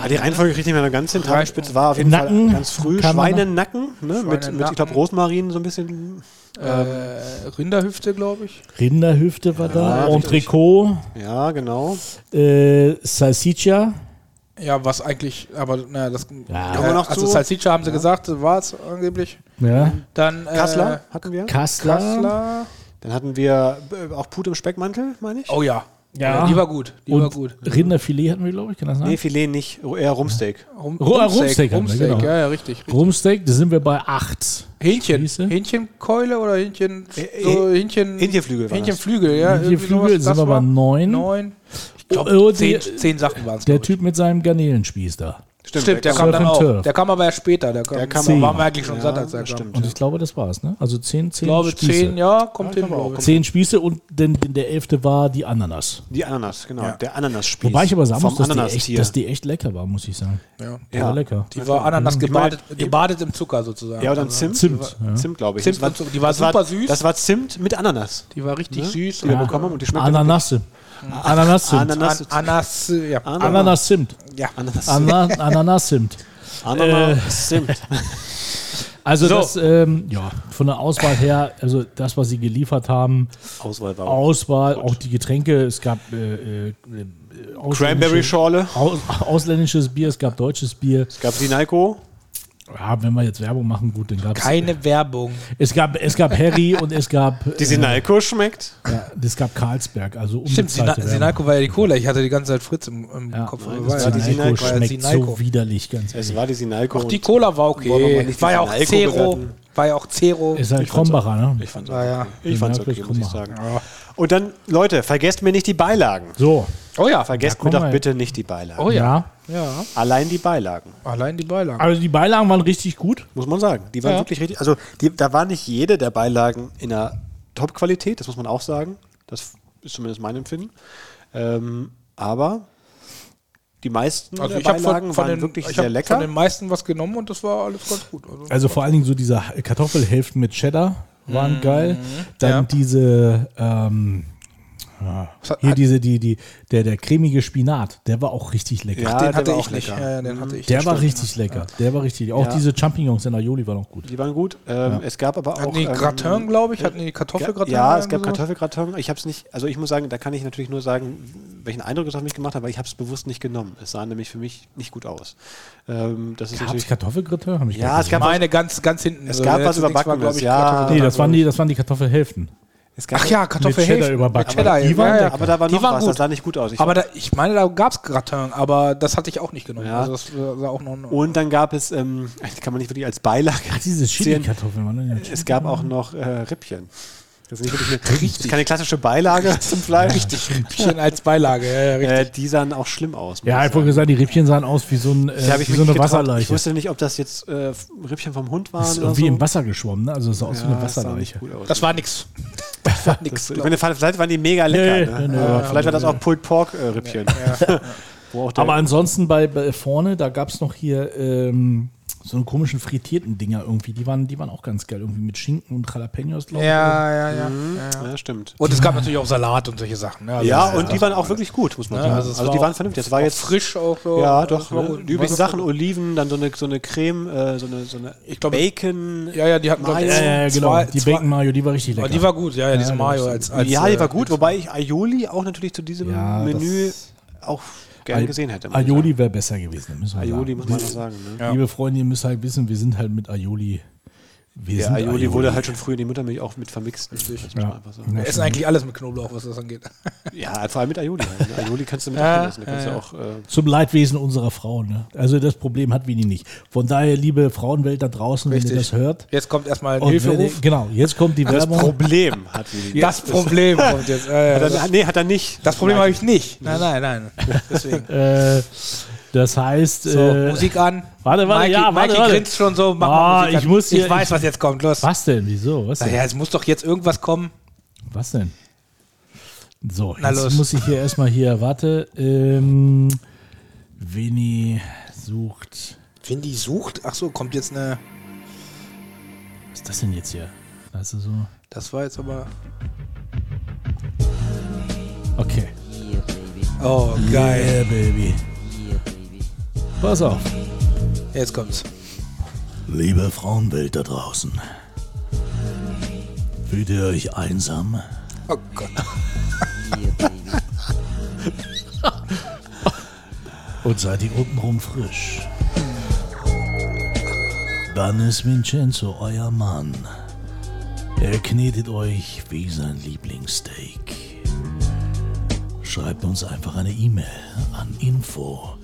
S3: Ja, die Reihenfolge kriegt nicht mehr ganz hin. Tafelspitz war auf jeden
S2: Nacken
S3: Fall ganz früh.
S2: kann man-
S3: Schweinenacken, ne? Mit, mit, ich glaube,
S4: Schweinenacken.
S3: Rosmarin so ein bisschen.
S4: Äh, Rinderhüfte, glaube ich.
S2: Rinderhüfte war da,
S3: richtig.
S2: Entrecot,
S3: Ja, genau.
S2: äh, Salsiccia.
S4: Ja, was eigentlich, aber naja, das. Ja.
S3: Kommen wir noch
S4: also
S3: zu?
S4: Salsiccia haben sie gesagt, war es angeblich.
S2: Ja.
S4: Dann äh,
S3: Kassler hatten wir.
S2: Kassler.
S4: Kassler.
S3: Dann hatten wir äh, auch Pute im Speckmantel, meine ich.
S4: Oh ja.
S2: Ja.
S4: Die war gut. Die
S2: Und
S4: war gut.
S2: Rinderfilet hatten wir, glaube ich, kann das
S4: ne?
S2: sein?
S3: Nee, Filet nicht. Ru- Eher Rumsteak.
S4: Rum,
S2: Ru- äh, Rumpsteak haben wir,
S4: Rumpsteak,
S2: genau.
S4: ja, ja, richtig. richtig.
S2: Rumsteak, da sind wir bei 8.
S4: Hähnchen.
S2: Spieße.
S4: Hähnchenkeule oder Hähnchen.
S3: Äh,
S4: So
S3: äh,
S4: Hähnchen.
S3: Hähnchenflügel war das.
S4: Hähnchenflügel, ja. irgendwie
S2: Hähnchenflügel,
S4: sowas.
S2: sind
S4: Das
S2: wir bei
S4: war
S2: neun.
S4: Neun. Ich glaub,
S2: Oh, die-
S4: zehn, zehn Sachen waren es.
S2: Der Typ mit seinem Garnelenspieß da.
S4: Stimmt, der
S3: kam.
S4: kam dann
S2: Surf and
S4: auch.
S2: Turf.
S4: Der kam aber erst später. Der kam,
S3: Der kam
S4: waren
S2: aber-
S4: wir eigentlich schon satt, als
S3: Ja,
S4: er kam.
S3: stimmt.
S2: Und ich glaube, das war's, ne? Also 10, 10
S4: Ich glaube,
S2: Spieße.
S4: zehn, ja, kommt hin, glaube ich.
S2: Zehn Spieße und denn, denn der elfte war die Ananas.
S3: Die Ananas, genau. Der Ananas-Spieß.
S2: Wobei ich aber sagen
S3: Vom
S2: muss, dass die, echt,
S3: Ananas-Tier.
S2: dass die echt lecker war, muss ich sagen.
S4: Ja.
S2: Die
S3: Ja.
S2: war lecker.
S4: Die war Ananas
S3: meine,
S4: gebadet, gebadet im Zucker sozusagen.
S3: Ja, und dann
S4: Also,
S3: Zimt.
S2: Zimt, ja.
S3: Zimt glaube ich.
S4: Zimt
S3: Das war-
S4: und so. Die war
S3: das
S4: super süß.
S3: Das war Zimt mit Ananas.
S4: Die war richtig süß.
S3: Die wir bekommen haben und die schmeckt. Hm.
S2: Ananasse. Ananassimt.
S4: An
S3: Ananas.
S4: Ananas, äh, ja.
S2: Ananassimt.
S4: ja.
S3: Ananas.
S2: Ana- Ananassimt.
S3: Ananas.
S2: äh. (laughs)
S3: Zimt.
S2: Also
S4: So.
S2: das, ähm, ja, von der Auswahl her, also das, was sie geliefert haben,
S3: Auswahl war auch.
S2: Auswahl, auch die Getränke, es gab äh, äh, äh, ausländische-
S3: Cranberry-Schorle.
S2: Aus, ausländisches Bier, es gab deutsches Bier.
S3: Gab die Nalco?
S2: Ja, wenn wir jetzt Werbung machen, gut, dann gab es.
S4: Keine Werbung.
S2: Es gab, es gab Harry und es gab,
S3: Die
S2: äh,
S3: Sinalco schmeckt.
S2: es gab Karlsberg, also
S4: Stimmt, Sina
S2: unbezahlte Werbung.
S4: Sinalco war ja die Cola. Ich hatte die ganze Zeit Fritz im, im
S2: Ja.
S4: Kopf.
S3: Nein,
S4: aber
S3: das
S4: war
S3: war
S4: ja
S3: die
S2: Sinalco
S4: war ja
S2: schmeckt so
S4: Sinalco.
S2: widerlich, ganz ehrlich.
S3: Es war die Sinalco.
S4: Auch die
S3: und-
S4: Cola war
S3: Wollen wir mal
S4: okay.
S3: nicht
S4: War
S3: die
S4: ja auch
S3: Sinalco
S4: Zero.
S3: bewerten?
S4: War ja auch Zero.
S2: Ist ein
S3: Ich fand's
S2: Krombacher, ne?
S3: Ich fand's
S4: Ja, ja.
S3: okay. Ich fand's
S2: Ja,
S3: okay,
S2: wirklich
S3: muss ich
S2: Kummer.
S3: sagen. Und dann, Leute, vergesst mir nicht die Beilagen.
S2: So,
S4: Oh ja.
S3: Vergesst
S2: Ja,
S3: mir
S2: komm
S3: doch
S2: mal.
S3: bitte nicht die Beilagen.
S4: Oh ja.
S2: ja.
S4: Ja.
S3: Allein die Beilagen,
S4: Allein die Beilagen.
S2: Also die Beilagen waren richtig gut.
S3: muss man sagen. Die waren
S4: Ja.
S3: wirklich richtig. Also, die, da war nicht jede der Beilagen in einer Top-Qualität, das muss man auch sagen. Das Ist zumindest mein Empfinden. Ähm, aber die meisten
S4: Also
S3: der
S4: ich habe
S3: Beilagen
S4: von, von,
S3: waren
S4: den-
S3: wirklich
S4: ich
S3: sehr
S4: hab
S3: lecker.
S4: von den meisten was genommen und das war alles ganz gut. Also,
S2: Also vor allen Dingen so diese Kartoffelhälften mit Cheddar waren
S3: Mhm.
S2: geil. Dann
S4: Ja.
S2: diese ähm,
S4: das hat-
S2: hier diese die die der der cremige Spinat, der war auch richtig lecker.
S3: Ja,
S4: den
S3: der
S4: hatte
S3: war
S4: ich
S3: auch
S4: nicht.
S3: lecker.
S4: Ja, ja, den hatte ich
S2: Der
S4: nicht,
S2: war
S4: stimmt.
S2: richtig lecker. Der war richtig. Auch
S3: Ja.
S2: diese Champignons in Aioli waren auch gut.
S3: Die waren gut. Ähm, Es gab aber auch.
S4: Hatten die
S3: ähm,
S4: Gratin, glaube ich? Hatten die
S3: Ga-
S4: Kartoffelgratin?
S3: Ja,
S4: oder
S3: es gab
S4: irgendwie sowas?
S3: Kartoffelgratin. Ich habe es nicht, also ich muss sagen, da kann ich natürlich nur sagen, welchen Eindruck es auf mich gemacht hat, aber ich habe es bewusst nicht genommen. Es sah nämlich für mich nicht gut aus. Ähm, das ist
S2: Gab es
S3: natürlich.
S2: Kartoffelgratin? Hab ich
S3: Ja,
S2: gar
S3: es
S2: nicht
S3: gab-
S4: Meine ganz, ganz hinten.
S3: Es
S4: So,
S3: gab
S4: der
S3: was
S4: letzte Dings war,
S3: Überbackenes,
S4: glaub ich,
S3: ja.
S2: gesehen.
S4: Kartoffelgratin.
S2: Nee, das waren die, das waren die Kartoffelhälften.
S3: Es gab,
S4: Ach ja, Kartoffelhälften.
S2: Cheddar überbacken.
S4: Mit Cheddar,
S2: Die
S4: ja,
S2: waren
S4: ja,
S2: lecker.
S3: Aber da war
S4: die
S3: noch
S4: waren
S3: was, das
S4: gut.
S3: sah nicht gut aus. Ich
S4: aber da, ich meine, da gab es Gratin, aber das hatte ich auch nicht genommen.
S3: Ja.
S4: Also das war auch noch
S3: und dann gab es, ähm, (laughs) das kann man nicht wirklich als Beilage
S4: (laughs)
S2: Ach, diese
S3: sehen.
S2: Chili-Kartoffeln waren das ja
S3: Es gab auch noch äh, Rippchen. Das ist, nicht wirklich eine, das ist keine klassische Beilage zum Fleisch.
S4: Rippchen als Beilage. Ja, ja, richtig.
S3: Äh, die sahen auch schlimm aus. muss
S2: Ja, ich
S3: sagen.
S2: wollte gesagt, die Rippchen sahen aus wie so, ein, äh,
S3: Die hab ich
S2: wie
S3: mich
S2: so eine
S3: nicht getraut. Ich
S2: Wasserleiche.
S3: wusste nicht, ob das jetzt äh, Rippchen vom Hund waren
S2: Das ist
S3: oder
S2: irgendwie
S3: so.
S2: im Wasser geschwommen, ne? Also es sah aus wie eine
S3: Ja, das sah nicht
S2: Wasserleiche.
S3: gut aus.
S4: Das war nix. Das war nix.
S3: (laughs) Das, ich
S4: glaub
S3: meine, vielleicht waren die mega lecker.
S2: Nee,
S3: ne?
S2: nee,
S3: Aber
S2: nee.
S3: vielleicht war das auch Pulled Pork äh, Rippchen. (laughs) Wo auch der-
S2: Aber ansonsten bei, bei vorne, da gab es noch hier ähm, so einen komischen frittierten Dinger irgendwie. Die waren, die waren auch ganz geil. Irgendwie mit Schinken und Jalapenos,
S4: ich.
S2: glaube
S4: Ja, ja, ja.
S3: ja, stimmt.
S4: Und es gab natürlich auch Salat und solche Sachen. ne? Also
S3: Mhm. Ja,
S4: das-
S3: und die waren auch wirklich gut, muss man
S4: Ja,
S3: sagen.
S4: also
S3: Also,
S4: es war
S3: die
S4: auch-
S3: waren vernünftig. Das war jetzt
S4: frisch äh, auch so.
S3: Ja,
S4: Das
S3: doch.
S4: war
S3: Ne?
S4: gut.
S3: Die üblichen
S4: Was-
S3: Sachen, Oliven, dann so eine, so eine Creme, äh, so eine, so eine
S4: Ich glaube-
S3: Bacon.
S4: Ja, ja, die hatten, glaub ich,
S3: Mayo.
S2: ich. Ja, ja, genau.
S4: Zwei-
S2: die
S4: zwei-
S2: Bacon Mayo, die war richtig
S3: Oh,
S2: lecker.
S4: Aber die war gut, ja, ja, diese Mayo als, als.
S3: ja, die war
S4: äh,
S3: gut, wobei ich Aioli auch natürlich zu diesem
S2: Ja,
S3: Menü
S2: das-
S3: auch gerne gesehen hätte. muss ich
S2: Aioli wäre besser gewesen, müssen wir
S3: sagen. Aioli
S2: sagen.
S3: muss man auch sagen. Ne?
S2: Liebe Freunde, ihr müsst halt wissen, wir sind halt mit Aioli. Wir
S3: Der Aioli wurde halt schon früh in die Muttermilch auch mit vermixt. Das muss man
S2: Ja.
S3: einfach sagen.
S2: Ja,
S4: Wir essen eigentlich alles mit Knoblauch, was das angeht.
S3: Ja, vor allem mit Aioli. Halt, ne? Aioli kannst du mit
S4: Ja,
S3: ja, essen. Da kannst du auch äh,
S2: Zum Leidwesen unserer Frauen. Ne? Also das Problem hat Vini nicht. Von daher, liebe Frauenwelt da draußen, wenn ihr das hört.
S4: Jetzt kommt erstmal ein
S2: und wenn ihr,
S4: Hilferuf.
S2: genau, jetzt kommt die
S3: Das
S2: Werbung.
S3: Problem hat Willi.
S4: Das Problem kommt
S3: (laughs)
S4: jetzt. Äh,
S3: Hat
S4: das,
S3: er, nee, hat er nicht.
S4: das Problem habe ich nicht. Nein, nein, nein. Deswegen.
S2: Äh, das heißt,
S4: So,
S2: äh,
S4: Musik an.
S2: warte, warte,
S4: Mikey,
S2: ja, warte,
S4: Mikey
S2: warte.
S4: grinst schon so. Mach
S2: Ah,
S4: mal Musik
S2: ich muss hier-
S4: ich weiß,
S2: ich-
S4: was jetzt kommt. Los.
S2: was denn? Wieso? Was denn?
S4: Naja, es muss doch jetzt irgendwas kommen.
S2: Was denn? So,
S4: Na
S2: jetzt
S4: los.
S2: muss ich hier erstmal hier, warte. Ähm, Vini sucht.
S4: Windy sucht. Ach so, kommt jetzt eine.
S2: Was ist das denn jetzt hier? Weißt du so?
S4: Das war jetzt aber.
S2: Okay.
S4: Oh, geil.
S2: Yeah, Baby. Pass auf.
S4: Jetzt kommt's.
S2: Liebe Frauenwelt da draußen. Fühlt ihr euch einsam?
S4: Oh Gott.
S2: und seid ihr untenrum frisch. Dann ist Vincenzo euer Mann. Er knetet euch wie sein Lieblingssteak. Schreibt uns einfach eine E-Mail an info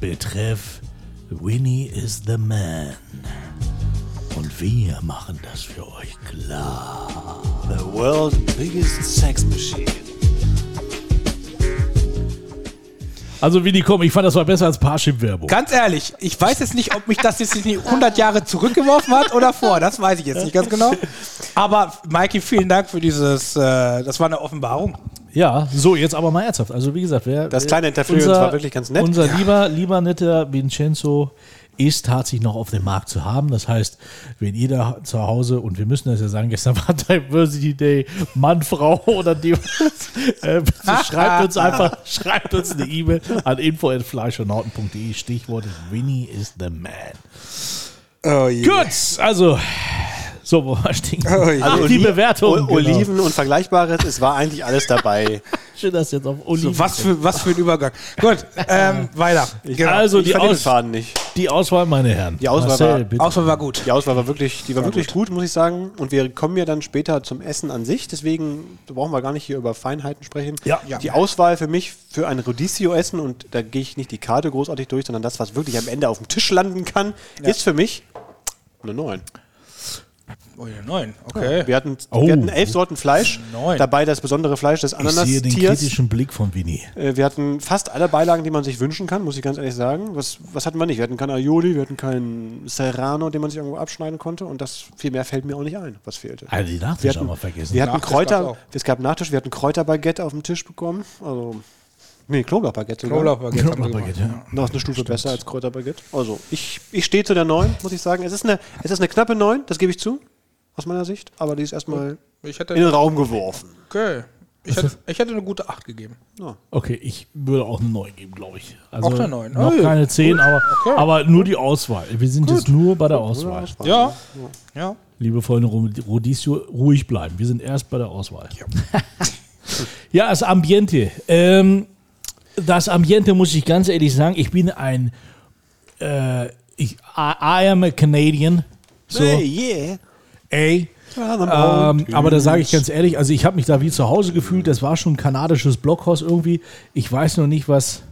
S2: betreff Winnie is the man. Und wir machen das für euch klar.
S3: The world's biggest sex machine.
S2: Also Winnie, komm, ich fand das war besser als Parship-Werbung.
S4: Ganz ehrlich, ich weiß jetzt nicht, ob mich das jetzt nicht 100 Jahre zurückgeworfen hat oder vor. Das weiß ich jetzt nicht ganz genau. Aber Mikey, vielen Dank für dieses. Äh, das war eine Offenbarung.
S2: Ja, so, jetzt aber mal ernsthaft. Also, wie gesagt, wer.
S3: Das
S2: wer-
S3: kleine Interference war wirklich ganz nett.
S2: Unser lieber, lieber netter Vincenzo ist tatsächlich noch auf dem Markt zu haben. Das heißt, wenn ihr da zu Hause, und wir müssen das ja sagen, gestern (laughs) war Diversity Day, Mann, Frau oder die, (laughs) äh, bitte schreibt uns
S3: (laughs)
S2: einfach, schreibt uns eine E-Mail an info.fleischonnauten.de. Stichwort ist Winnie is the man.
S4: Oh,
S2: Gut, also, so, wo war ich stehen?
S4: je.
S2: Also, die Bewertung.
S3: O Oliven und Vergleichbares, es war eigentlich alles dabei.
S2: Genau. Schön, dass jetzt auf Oliven.
S4: So, was, für, was für ein Übergang. Gut, ähm, weiter. Genau.
S2: Also,
S3: ich
S2: die,
S3: verliere den
S2: Aus,
S3: Faden nicht.
S2: die Auswahl, meine Herren.
S3: Die Auswahl war-
S2: bitte.
S4: Auswahl war gut.
S3: Die Auswahl war wirklich, die war wirklich gut. muss ich sagen. Und wir kommen ja dann später zum Essen an sich. Deswegen brauchen wir gar nicht hier über Feinheiten sprechen.
S2: Ja.
S3: Die Auswahl für mich für ein Rodizio-Essen, und da gehe ich nicht die Karte großartig durch, sondern das, was wirklich am Ende auf dem Tisch landen kann, ist für mich eine 9.
S4: Oh, ja, neun. Okay.
S3: Wir hatten,
S2: Oh.
S3: wir hatten elf Sorten Fleisch,
S4: Neun.
S3: dabei das besondere Fleisch des
S2: Ich sehe den
S3: Ananas-Tiers.
S2: kritischen Blick von Vinny.
S3: Äh, Wir hatten fast alle Beilagen, die man sich wünschen kann, muss ich ganz ehrlich sagen. Was, was hatten wir nicht? Wir hatten keinen Aioli, wir hatten keinen Serrano, den man sich irgendwo abschneiden konnte. Und das viel mehr fällt mir auch nicht ein, was fehlte.
S2: Also die Nachtisch
S3: wir
S2: haben
S3: hatten,
S2: wir vergessen. (laughs)
S3: wir hatten
S4: Nachtisch gab's
S3: Kräuter,
S4: auch.
S3: es gab Nachtisch, wir hatten Kräuterbaguette auf dem Tisch bekommen. Also, nee, Knoblauchbaguette. sogar.
S4: Knoblauchbaguette haben wir
S2: Knoblauchbaguette,
S4: gemacht.
S2: ja.
S3: Noch eine Stufe besser als Kräuterbaguette. Also, ich, ich stehe zu der 9, muss ich sagen. Es ist eine, es ist eine knappe 9, das gebe ich zu, aus meiner Sicht. Aber die ist erstmal
S4: Ich
S3: in den
S4: hätte,
S3: Raum geworfen.
S4: okay. ich, hätte, ich hätte eine gute Acht gegeben.
S2: Okay, ich würde auch eine 9 geben, glaube ich. Also
S4: Auch eine 9.
S2: Noch
S4: Oh,
S2: keine 10, aber, aber nur die Auswahl. Wir sind jetzt nur bei der Auswahl.
S4: Ja. Ja.
S2: Liebe Freunde, Rom- Rodizio, ruhig bleiben. Wir sind erst bei der Auswahl. (laughs) Ja, das Ambiente. Ähm, das Ambiente muss ich ganz ehrlich sagen, ich bin ein äh, ich, I, I am a Canadian. So,
S3: Hey, Oh,
S2: ey.
S3: yeah.
S2: Ähm, aber da sage ich ganz ehrlich, also ich habe mich da wie zu Hause gefühlt. Das war schon ein kanadisches Blockhaus irgendwie. Ich weiß noch nicht, was.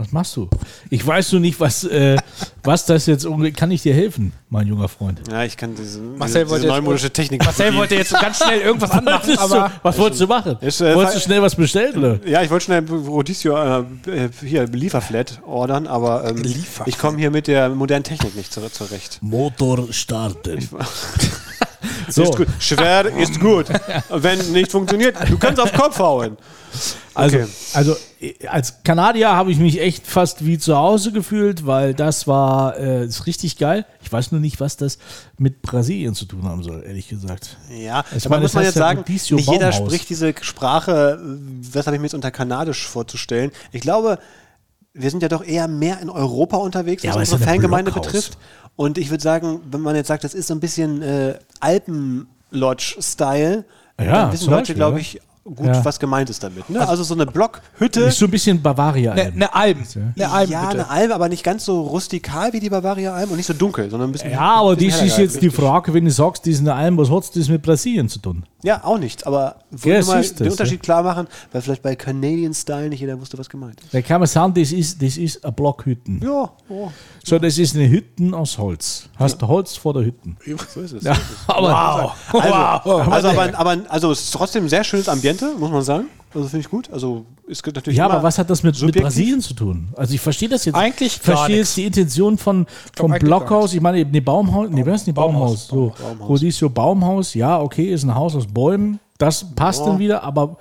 S2: Was machst du? Ich weiß noch nicht, was, äh, was das jetzt. irgendwie- Kann ich dir helfen, mein junger Freund?
S3: Ja, ich kann diese,
S4: Marcel
S3: diese,
S4: wollte
S3: diese
S4: jetzt-
S3: neumodische Technik.
S4: Marcel wollte jetzt ganz schnell
S2: (laughs)
S4: irgendwas
S2: Was,
S4: anmachen,
S2: ist so,
S4: aber
S2: was wolltest du machen?
S3: Ist, äh,
S2: wolltest du
S3: fe-
S2: schnell was bestellen? Oder?
S3: Ja, ich wollte schnell Rodizio äh, äh, hier Lieferflat ordern, aber ähm,
S4: Lieferflat.
S3: ich komme hier mit der modernen Technik nicht zu, zurecht.
S2: Motor starten.
S3: Ist
S2: (laughs) So,
S3: gut. Schwer ist
S2: (laughs)
S3: gut. Wenn nicht funktioniert, du kannst auf Kopf hauen.
S2: also,
S3: okay.
S2: also äh, als Kanadier habe ich mich echt fast wie zu Hause gefühlt, weil das war äh, ist richtig geil. Ich weiß nur nicht, was das mit Brasilien zu tun haben soll, ehrlich gesagt.
S3: Ja,
S2: Ich
S3: aber
S2: meine,
S3: muss
S2: das heißt
S3: man jetzt
S2: ja
S3: sagen, nicht
S2: Rodizio
S3: jeder
S2: Baumhaus.
S3: spricht diese Sprache, äh, was habe ich mir jetzt unter Kanadisch vorzustellen. Ich glaube, wir sind ja doch eher mehr in Europa unterwegs,
S2: Ja,
S3: was
S2: aber es ist
S3: unsere
S2: ja ein
S3: Fangemeinde
S2: Blockhaus.
S3: betrifft. Und ich würde sagen, wenn man jetzt sagt, das ist so ein bisschen äh, Alpen-Lodge-Style,
S2: Ja,
S3: dann wissen
S2: zum
S3: Leute,
S2: Beispiel,
S3: glaube
S2: oder?
S3: ich, gut,
S2: Ja.
S3: was gemeint ist damit. Ne? Also so eine Blockhütte.
S2: Ist so ein bisschen Bavaria.
S4: eine
S2: eben.
S4: ne Alben. Eine Alben,
S3: ja, eine
S4: bitte.
S3: Alm, aber nicht ganz so rustikal wie die Bavaria Alm und nicht so dunkel, sondern ein bisschen.
S2: ja, aber
S3: bisschen
S2: das
S3: heller
S2: ist jetzt die
S3: gehalten.
S2: Frage, wenn du sagst, die sind eine Alm, was hat das mit Brasilien zu tun?
S3: Ja, auch nichts, aber
S2: Ja,
S3: wollte
S2: es
S3: mal
S2: ist
S3: den
S2: das,
S3: Unterschied klar machen, weil vielleicht bei Canadian Style nicht jeder wusste, was gemeint ist.
S2: Da kann man sagen, das ist, das ist eine Blockhütten.
S3: Ja, oh,
S2: So, das ist eine Hütten aus Holz. Hast du Holz vor der Hütten?
S3: so ist es.
S2: (laughs) Aber wow.
S3: (laughs) Also,
S2: wow.
S3: also, aber, aber also es ist trotzdem ein sehr schönes Ambiente, muss man sagen. Also finde ich gut. Also es gibt natürlich
S2: Ja,
S3: immer
S2: aber was hat das mit, mit
S3: subjektiv.
S2: Brasilien zu tun? Also ich verstehe das jetzt.
S4: Eigentlich
S2: ich
S4: gar
S2: verstehe
S4: nix.
S2: jetzt die Intention von vom
S4: eigentlich gar
S2: Blockhaus. Ich meine, ne Baumhaus, ne, wer ist denn Baumhaus? So, Rodizio Baumhaus. Ja, okay, ist ein Haus aus Bäumen. Das passt dann wieder. Aber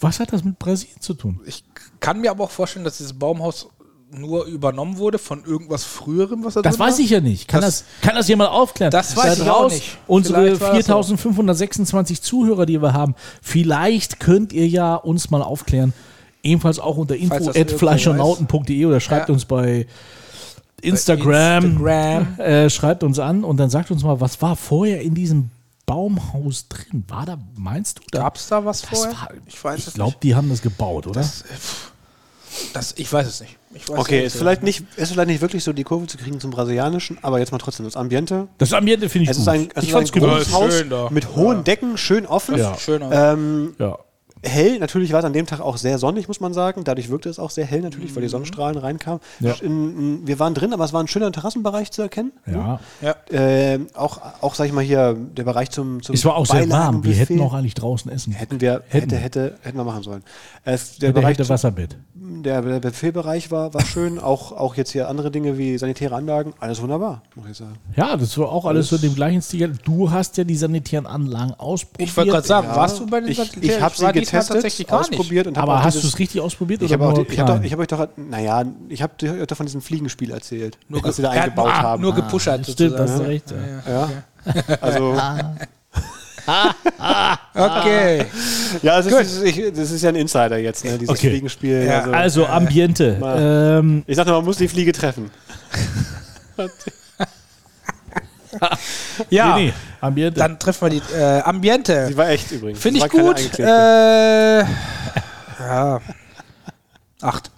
S2: was hat das mit Brasilien zu tun?
S4: Ich kann mir aber auch vorstellen, dass dieses Baumhaus nur übernommen wurde von irgendwas Früherem, was da
S2: Das
S4: drin war.
S2: weiß ich ja nicht. Kann das,
S4: Das-
S2: kann das jemand aufklären?
S4: Das weiß
S2: da
S4: ich auch
S2: draußen
S4: nicht.
S2: Unsere
S4: Vielleicht war das so.
S2: 4526 Zuhörer, die wir haben, vielleicht könnt ihr ja uns mal aufklären. Ebenfalls auch unter
S4: das
S2: info.fleischonauten.de oder schreibt
S4: Ja.
S2: uns bei Instagram. (laughs)
S4: Instagram.
S2: Äh, schreibt uns an und dann sagt uns mal, was war vorher in diesem Baumhaus drin? War da, meinst du, da?
S4: Gab's da was
S2: das
S4: vorher?
S2: war,
S4: ich weiß
S2: Ich
S4: es
S2: glaube, die haben das gebaut, oder?
S4: Das, äh, pff, das, ich weiß es nicht. Ich weiß
S3: Okay,
S4: es
S3: ist vielleicht, nicht, ist vielleicht nicht wirklich so die Kurve zu kriegen zum Brasilianischen, aber jetzt mal trotzdem das Ambiente.
S2: Das Ambiente finde ich
S3: Es
S2: gut.
S3: ist ein, es
S2: ich
S3: ist ein
S2: fand's gut.
S3: großes
S4: Ja,
S3: Haus
S4: schön da.
S3: mit hohen Decken, schön offen.
S2: Ja.
S4: Schön aus.
S3: Ähm,
S2: Ja.
S3: hell. Natürlich war es an dem Tag auch sehr sonnig, muss man sagen. Dadurch wirkte es auch sehr hell natürlich, weil die Sonnenstrahlen reinkamen.
S2: Mhm. Ja.
S3: In, in, wir waren drin, aber es war ein schöner Terrassenbereich zu erkennen.
S2: ja.
S4: Ja.
S3: Ähm, auch, auch, sag ich mal, hier der Bereich zum, zum
S2: Es war auch sehr warm. Wir
S3: Beilagenbuffet.
S2: hätten auch eigentlich draußen essen.
S3: Hätten wir,
S2: Hätten.
S3: hätte, hätte, hätten wir machen sollen. Es, der,
S2: Hätte,
S3: Bereich,
S2: hätte Wasserbett.
S3: der, der Buffetbereich war, war schön. (laughs) auch, auch jetzt hier andere Dinge wie sanitäre Anlagen. Alles wunderbar, muss ich sagen.
S2: Ja, das war auch alles so in dem gleichen Stil. Du hast ja die sanitären Anlagen ausprobiert.
S4: Ich wollte gerade sagen,
S3: Ja,
S4: warst du bei den
S3: ich,
S4: Sanitären?
S3: ich habe
S4: war
S3: sie
S4: diesmal
S3: getestet,
S4: tatsächlich gar nicht.
S3: ausprobiert und hab
S2: Aber
S3: auch
S2: hast du
S3: dieses-
S2: es richtig ausprobiert?
S3: Ich habe
S2: nur
S3: auch, die- ich hab doch,
S2: klein?
S3: ich hab euch doch, naja, ich habe euch doch von diesem Fliegenspiel erzählt, nur was sie da
S4: ge-
S3: eingebaut
S4: ah,
S3: haben.
S4: Nur gepushert
S2: Stimmt, das ist
S4: sozusagen.
S2: recht. Ja.
S3: ja. (laughs) Also,
S4: Okay.
S3: ja, es ist, dieses- ich, das ist ja ein Insider jetzt, ne, dieses
S2: Okay.
S3: Fliegenspiel.
S4: Ja,
S3: also,
S2: Also Ambiente.
S3: Mal.
S2: Ähm,
S3: ich sagte, man muss die Fliege treffen.
S4: Ja,
S2: nee, nee, Ambiente.
S4: dann treffen wir die äh, Ambiente.
S3: Die war echt übrigens.
S4: Finde
S3: Das
S4: ich
S3: war keine
S4: gut.
S3: eingeklebte.
S4: Äh, ja. Acht.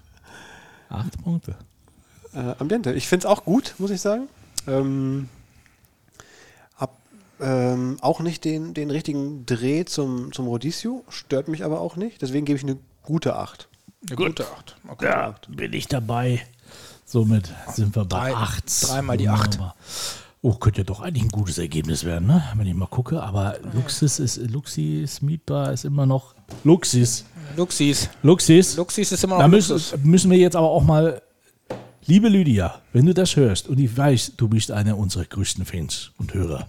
S2: Acht Punkte.
S3: Äh, Ambiente. Ich finde es auch gut, muss ich sagen. Ähm, hab ähm, auch nicht den, den richtigen Dreh zum, zum Rodizio, stört mich aber auch nicht. Deswegen gebe ich eine gute 8.
S4: Eine gute Acht. Okay.
S2: bin ich dabei. Somit sind wir bei
S4: Drei-
S2: 8.
S4: dreimal die Acht.
S2: Oh, könnte doch eigentlich ein gutes Ergebnis werden, ne? wenn ich mal gucke. Aber Luxis ist, Luxis Mietbar ist immer noch Luxis.
S4: Luxis.
S2: Luxis.
S4: Luxis ist immer noch
S2: Da müssen,
S4: Luxus.
S2: müssen wir jetzt aber auch mal, liebe Lydia, wenn du das hörst, und ich weiß, du bist einer unserer größten Fans und Hörer,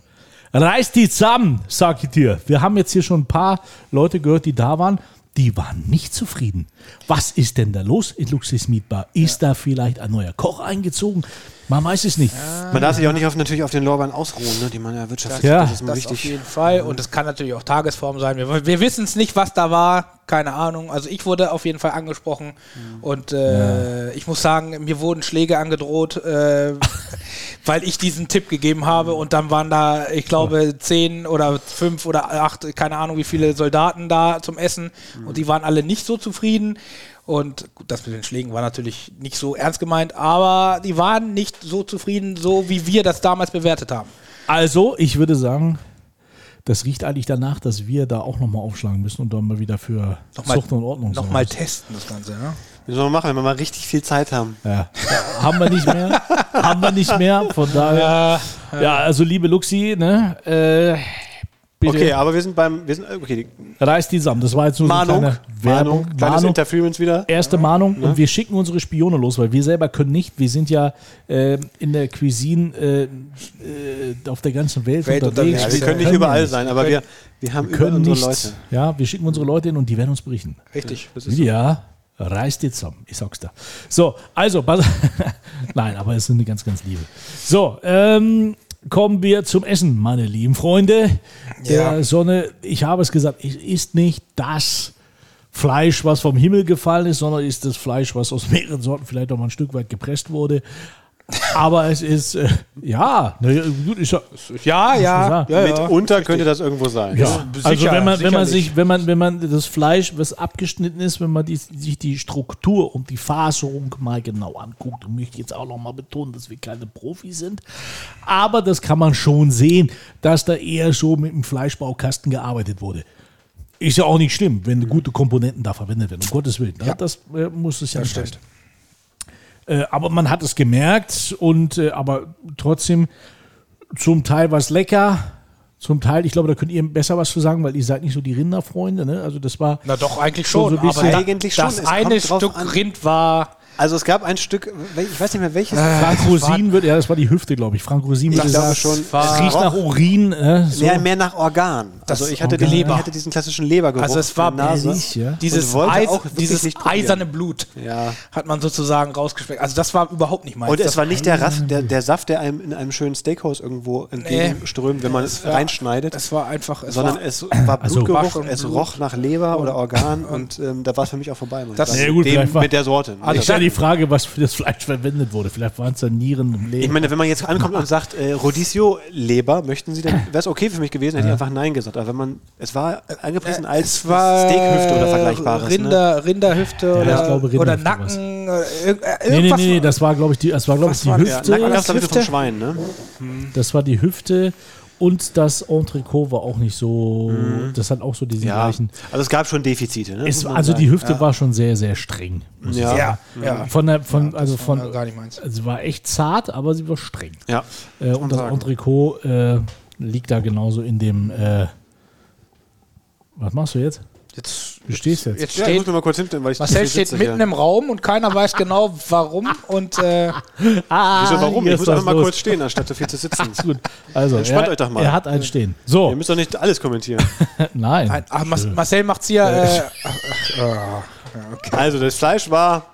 S2: reiß die zusammen, sag ich dir. Wir haben jetzt hier schon ein paar Leute gehört, die da waren, die waren nicht zufrieden. Was ist denn da los in Luxis Mietbar? Ist da vielleicht ein neuer Koch eingezogen? Man weiß es nicht.
S3: Man darf sich auch nicht auf, natürlich auf den Lorbeeren ausruhen, ne, die man ja wirtschaftlich
S2: Ja.
S3: das ist mal
S4: Das auf
S3: wichtig. Mhm.
S4: jeden Fall. Und es kann natürlich auch Tagesform sein. Wir, wir wissen es nicht, was da war. Keine Ahnung. Also ich wurde auf jeden Fall angesprochen.
S3: Mhm.
S4: Und äh, ich muss sagen, mir wurden Schläge
S3: (laughs)
S4: angedroht, äh, weil ich diesen Tipp gegeben habe. Und dann waren da, ich
S3: Mhm.
S4: glaube, zehn oder fünf oder acht, keine Ahnung, wie viele Soldaten da zum Essen.
S3: Mhm.
S4: Und die waren alle nicht so zufrieden. Und gut, das mit den Schlägen war natürlich nicht so ernst gemeint, aber die waren nicht so zufrieden, so wie wir das damals bewertet haben.
S2: Also, ich würde sagen, das riecht eigentlich danach, dass wir da auch nochmal aufschlagen müssen und dann mal wieder für
S4: Nochmal-
S2: Zucht und Ordnung sorgen
S4: Nochmal
S2: müssen.
S4: testen das Ganze, ne?
S3: Wie soll man machen, wenn wir mal richtig viel Zeit haben?
S2: Ja. haben wir nicht mehr. haben wir nicht mehr. Von daher. Ja, also liebe Luxi, ne? Äh, bitte
S3: Okay, aber wir sind beim, wir sind, äh, okay, die
S2: reiß die zusammen. Das war jetzt nur
S3: Mahnung,
S2: so eine kleine Werbung.
S3: Mahnung, kleines
S2: Mahnung.
S3: Interference wieder.
S2: Erste Mahnung und wir schicken unsere Spione los, weil wir selber können nicht. Wir sind ja äh, in der Cuisine äh, äh, auf der ganzen Welt,
S4: Welt
S2: unterwegs.
S4: unterwegs,
S3: Ja,
S4: wir
S3: wir können nicht
S2: ja
S3: überall
S2: nicht.
S3: sein, aber wir, wir haben
S2: Wir können
S3: überall unsere
S2: nichts.
S3: Leute.
S2: Ja, wir schicken unsere Leute hin und die werden uns berichten.
S4: Richtig. Das ist
S2: Ja, reißt jetzt zusammen. Ich sag's dir. So, also, pass- (laughs) nein, aber es sind eine ganz, ganz liebe. So, ähm, kommen wir zum Essen, meine lieben Freunde.
S4: Ja.
S2: Der Sonne, ich habe es gesagt, es ist nicht das Fleisch, was vom Himmel gefallen ist, sondern ist das Fleisch, was aus mehreren Sorten vielleicht auch mal ein Stück weit gepresst wurde. Aber es ist, äh, ja, na ja, gut, ist ja,
S4: ja, ja,
S2: sagen.
S4: ja, ja.
S3: Mitunter könnte das irgendwo sein.
S2: ja,
S4: sicher,
S2: also wenn man, wenn man
S4: sicherlich.
S2: sich, wenn man, wenn man das Fleisch, was abgeschnitten ist, wenn man die, sich die Struktur und die Faserung mal genau anguckt, und möchte jetzt auch nochmal betonen, dass wir keine Profis sind, aber das kann man schon sehen, dass da eher so mit dem Fleischbaukasten gearbeitet wurde. Ist ja auch nicht schlimm, wenn gute Komponenten da verwendet werden, um Gottes Willen. ne? Das äh, muss es ja nicht sein. Äh, aber man hat es gemerkt und äh, aber trotzdem zum Teil was lecker, zum Teil, ich glaube, da könnt ihr besser was zu sagen, weil ihr seid nicht so die Rinderfreunde, ne? Also das war
S4: Na doch, eigentlich
S2: Schon
S4: schon.
S2: so ein bisschen.
S4: aber
S3: Eigentlich schon,
S4: das
S3: es
S4: eine
S3: kommt drauf
S4: Stück
S3: an.
S4: Rind war.
S3: Also es gab ein Stück, wel- ich weiß nicht mehr welches.
S2: Frank Rosin wird, ja, das war die Hüfte, glaube ich. Frank Rosin
S3: ich
S2: würde
S3: glaube
S2: sagen,
S3: schon.
S4: war-
S2: es
S3: es
S2: riecht
S3: roch
S2: nach Urin, ne? So.
S3: mehr, mehr nach Organ.
S4: Das
S3: Also ich hatte,
S2: Organ.
S3: den,
S4: Leber.
S3: ich hatte diesen klassischen Lebergeruch.
S4: Also es war
S3: in der Nase.
S2: billig, ja.
S4: Dieses,
S3: Und wollte
S4: Eis,
S3: auch wirklich
S4: dieses
S3: nicht probieren.
S4: eiserne Blut
S3: Ja.
S4: hat man sozusagen rausgeschmeckt. Also das war überhaupt nicht meins.
S3: Und es
S4: das
S3: war nicht der, Raff, der, der Saft, der einem in einem schönen Steakhouse irgendwo entgegenströmt, wenn man es
S4: war-
S3: reinschneidet.
S4: Das war einfach. Es
S3: sondern
S4: war,
S3: es war
S2: Also-
S3: Blutgeruch,
S4: War schon
S3: es
S4: Blut.
S3: roch nach Leber oder (laughs) Organ und ähm, da war es für mich auch vorbei. muss ich
S4: Das-
S3: sagen.
S4: Ja,
S2: gut, vielleicht
S3: Dem,
S2: war-
S3: mit der Sorte. ne?
S4: Also
S2: ist ja die Frage, was für das Fleisch verwendet wurde. Vielleicht waren es dann Nieren im
S3: Ich
S2: Leben.
S3: meine, wenn man jetzt ankommt und sagt, äh, Rodizio Leber, möchten Sie, dann wäre es okay für mich gewesen, hätte ich einfach Nein gesagt. Aber wenn man, es war angepriesen als
S4: es war
S3: Steakhüfte oder vergleichbares. Ne?
S4: Rinder, Rinderhüfte oder,
S2: ich glaube,
S4: oder
S2: Rinderhüfte war's.
S4: Nacken. Oder irg- äh,
S2: Nee, nee,
S4: irgendwas
S2: nee, nee, das war, glaube ich, die, das war, glaube ich,
S4: Was
S2: die
S4: war das?
S2: Hüfte.
S3: Nacken gab es
S4: das
S3: damit vom
S4: Hüfte?
S3: Schwein, ne?
S2: Das war die Hüfte und das Entrecot war auch nicht so. Das hat auch so diesen
S3: Mhm. Ja. Also
S2: gleichen.
S3: es gab schon Defizite, ne?
S2: Es,
S3: Muss man
S2: also
S3: sagen.
S2: die Hüfte war schon sehr, sehr streng. muss ich
S3: Ja.
S2: sagen.
S4: ja, ja.
S2: Von der, von, also
S4: war
S2: von,
S4: gar nicht meins.
S2: Also war echt zart, aber sie war streng.
S3: Ja.
S2: Äh, und das
S3: sagen.
S2: Entrecot äh, liegt da genauso in dem. Äh, was machst du jetzt?
S4: Jetzt,
S2: Du stehst jetzt.
S4: jetzt
S3: ja, ich muss
S4: steht
S3: mir mal kurz hinten, weil ich
S4: Marcel
S3: ich sitze
S4: steht mitten
S3: hier.
S4: im Raum und keiner weiß genau warum und äh,
S2: ah,
S3: Wieso, warum?
S2: hier
S3: Ich
S2: ist
S3: muss
S2: was
S3: einfach mal
S2: los.
S3: kurz stehen, anstatt so viel zu sitzen.
S2: Gut, also
S3: Entspannt
S2: er,
S3: euch doch mal.
S2: Er hat ein Stehen.
S3: Ihr
S2: So, äh,
S3: müsst doch nicht alles kommentieren.
S2: nein.
S4: Nein, ach, ah, Mas Marcel macht's hier. Äh,
S3: Also das Fleisch war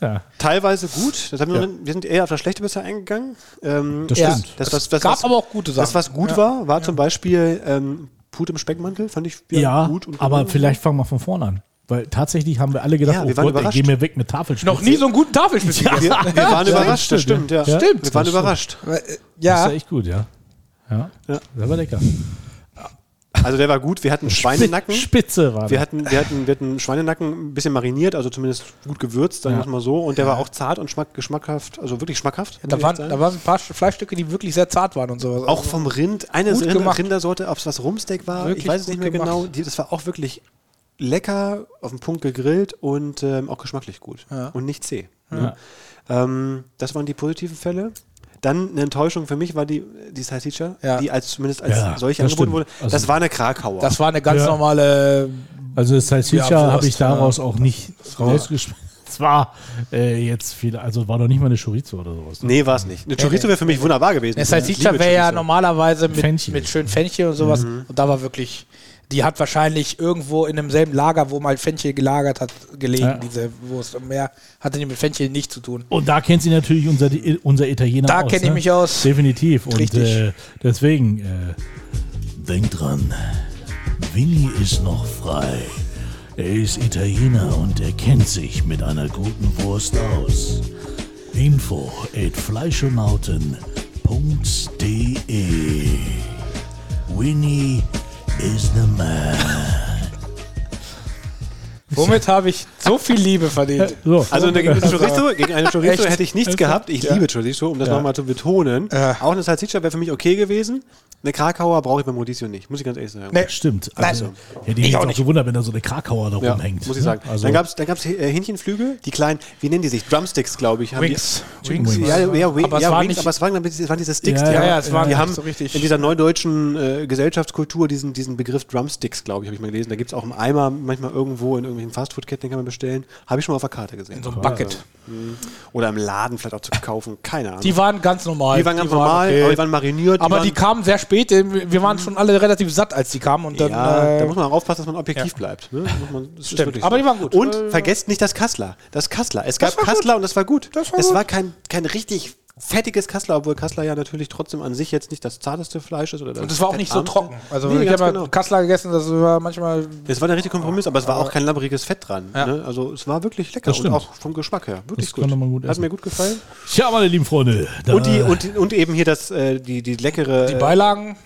S2: Ja,
S3: teilweise gut. Das haben wir, wir sind eher auf das Schlechte bisher eingegangen. Ähm,
S2: das
S4: Ja.
S2: stimmt.
S3: das, was, das,
S4: gab
S3: was,
S4: aber auch gute Sachen.
S3: das, was gut war, war zum Beispiel ähm, Put im Speckmantel, fand ich
S2: Ja,
S3: gut. und
S2: aber
S3: gelungen.
S2: vielleicht fangen wir von vorne an. Weil tatsächlich haben wir alle gedacht,
S3: Ja,
S2: oh
S3: wir waren
S2: Gott, dann
S3: überrascht.
S2: gehen wir weg mit Tafelspitze.
S4: noch nie so einen guten Tafelspitz ja.
S3: Wir, wir
S2: (laughs)
S3: waren
S2: Ja,
S3: überrascht, das
S2: stimmt,
S3: stimmt,
S2: ja.
S3: ja.
S2: Stimmt.
S3: Wir waren
S2: Das
S3: überrascht.
S2: Das
S4: äh, Ja,
S2: ist echt gut, ja. Ja,
S3: Ja.
S2: das war lecker.
S3: Also der war gut, wir hatten Schweinenacken.
S2: Spitze war
S3: Wir
S2: das.
S3: hatten, wir, hatten, wir hatten Schweinenacken ein bisschen mariniert, also zumindest gut gewürzt, sagen wir es mal so. Und der war auch zart und schmack, geschmackhaft, also wirklich schmackhaft. muss
S4: da
S3: ich
S4: waren,
S3: sagen.
S4: da waren ein paar Sch- Fleischstücke, die wirklich sehr zart waren und sowas.
S3: auch vom Rind, eine
S4: Gut
S3: Rinder,
S4: gemacht.
S3: Rindersorte, ob es was Rumsteak war,
S4: Wirklich
S3: ich weiß es
S4: gut
S3: nicht mehr
S4: gemacht.
S3: genau. Die, das war auch wirklich lecker, auf den Punkt gegrillt und ähm, auch geschmacklich gut. Und nicht zäh. Ne? Ähm, das waren die positiven Fälle. Dann eine Enttäuschung für mich war die, die Salsiccia,
S4: Ja.
S3: die als zumindest als
S2: Ja,
S3: solche
S2: das
S3: angeboten
S2: stimmt.
S3: wurde.
S2: Also-
S3: das war eine Krakauer.
S4: Das war eine ganz
S2: Ja.
S4: normale.
S2: Also das Salsiccia
S4: Ja,
S2: habe ich
S4: Wurst, ja.
S2: daraus auch nicht rausgeschmissen. Es war äh, jetzt viel, also war doch nicht mal eine Chorizo oder sowas. ne?
S3: nee, war es nicht. Eine Chorizo wäre für mich wunderbar gewesen.
S4: Eine
S3: Ich liebe
S4: Salsiccia wäre ja
S3: Chorizo.
S4: normalerweise mit,
S2: Fenchel.
S4: mit schön Fenchel und sowas.
S3: Mhm.
S4: Und da war wirklich. Die hat wahrscheinlich irgendwo in demselben Lager, wo mal Fenchel gelagert hat, gelegen,
S2: Ja.
S4: diese Wurst. Und mehr hatte die mit Fenchel nicht zu tun.
S2: Und da kennt sie natürlich unser, unser Italiener
S4: Da
S2: aus.
S4: kenne ich
S2: ne?
S4: mich aus.
S2: Definitiv. Und
S4: Richtig.
S2: Äh, deswegen, äh, denkt dran, Winnie ist noch frei. Er ist Italiener und er kennt sich mit einer guten Wurst aus. Info at fleischonauten.de Winnie is the man.
S4: Womit habe ich so viel
S2: (laughs)
S4: Liebe verdient?
S2: So,
S3: Also eine, gegen eine Chorizo, gegen eine Chorizo
S4: Echt?
S3: hätte ich nichts gehabt. Ich liebe Chorizo, um das nochmal zu betonen.
S4: Ja.
S3: Auch eine Salsiccia wäre für mich okay gewesen. Eine Krakauer brauche ich beim Rodizio nicht, muss ich ganz ehrlich sagen.
S4: Nee.
S2: stimmt.
S4: Nein.
S2: Also, hätte ich
S4: Ich
S2: jetzt
S4: auch
S2: auch
S4: nicht.
S2: gewundert, wenn da so eine Krakauer da
S3: Ja,
S2: rumhängt.
S3: muss ich sagen.
S2: Also,
S3: dann gab es dann gab's äh, Hähnchenflügel, die kleinen, wie nennen die sich? Drumsticks, glaube ich. haben
S4: Wings.
S3: Die,
S4: Wings.
S3: Ja, ja, ja, Wing,
S4: Aber es
S3: ja
S4: war
S3: Wings,
S4: nicht-
S3: aber es waren, aber es waren diese Sticks.
S2: Ja,
S3: die
S2: ja,
S3: haben-
S4: ja, es waren
S3: die
S4: nicht
S3: haben
S4: so richtig-
S3: in dieser neudeutschen äh, Gesellschaftskultur diesen, diesen Begriff Drumsticks, glaube ich, habe ich mal gelesen. Da gibt es auch im Eimer manchmal irgendwo in irgendwelchen Fastfood-Ketten, den kann man bestellen. Habe ich schon mal auf der Karte gesehen.
S4: In so einem Bucket.
S3: Oder im Laden vielleicht auch zu kaufen, keine Ahnung.
S4: Die waren ganz normal.
S3: Die waren ganz normal, aber die waren mariniert.
S4: Aber die
S3: waren,
S4: kamen sehr spät. äh, Wir waren schon alle relativ satt, als die kamen. Und dann,
S3: ja,
S4: äh,
S3: da muss man auch aufpassen, dass man objektiv bleibt. Ne? Da Muss man, das ist
S4: Stimmt,
S3: wirklich
S4: aber die waren gut.
S3: Und
S4: Äh,
S3: vergesst nicht das Kassler. Das Kassler. Es gab Kassler und das war gut.
S4: Das war
S3: es
S4: gut.
S3: war kein, kein richtig fettiges Kassler, obwohl Kassler ja natürlich trotzdem an sich jetzt nicht das zarteste Fleisch ist. Oder das
S4: und es war auch nicht so
S3: fettarmste.
S4: trocken. Also
S3: nee,
S4: ich
S3: ganz
S4: habe
S3: genau.
S4: Kassler gegessen, das war manchmal.
S3: Es war der richtige Kompromiss, aber es war auch kein labbriges Fett dran. Ne? Also es war wirklich lecker
S2: Das
S3: und
S2: stimmt.
S3: auch vom Geschmack her. Wirklich
S2: Das
S3: gut.
S2: konnte man gut
S3: Hat
S2: essen. Äh.
S3: mir gut gefallen.
S2: Tja, meine lieben Freunde. da-
S3: Und, die, und, und eben hier das, äh, die, die leckere
S4: Die
S3: äh,
S4: Beilagen,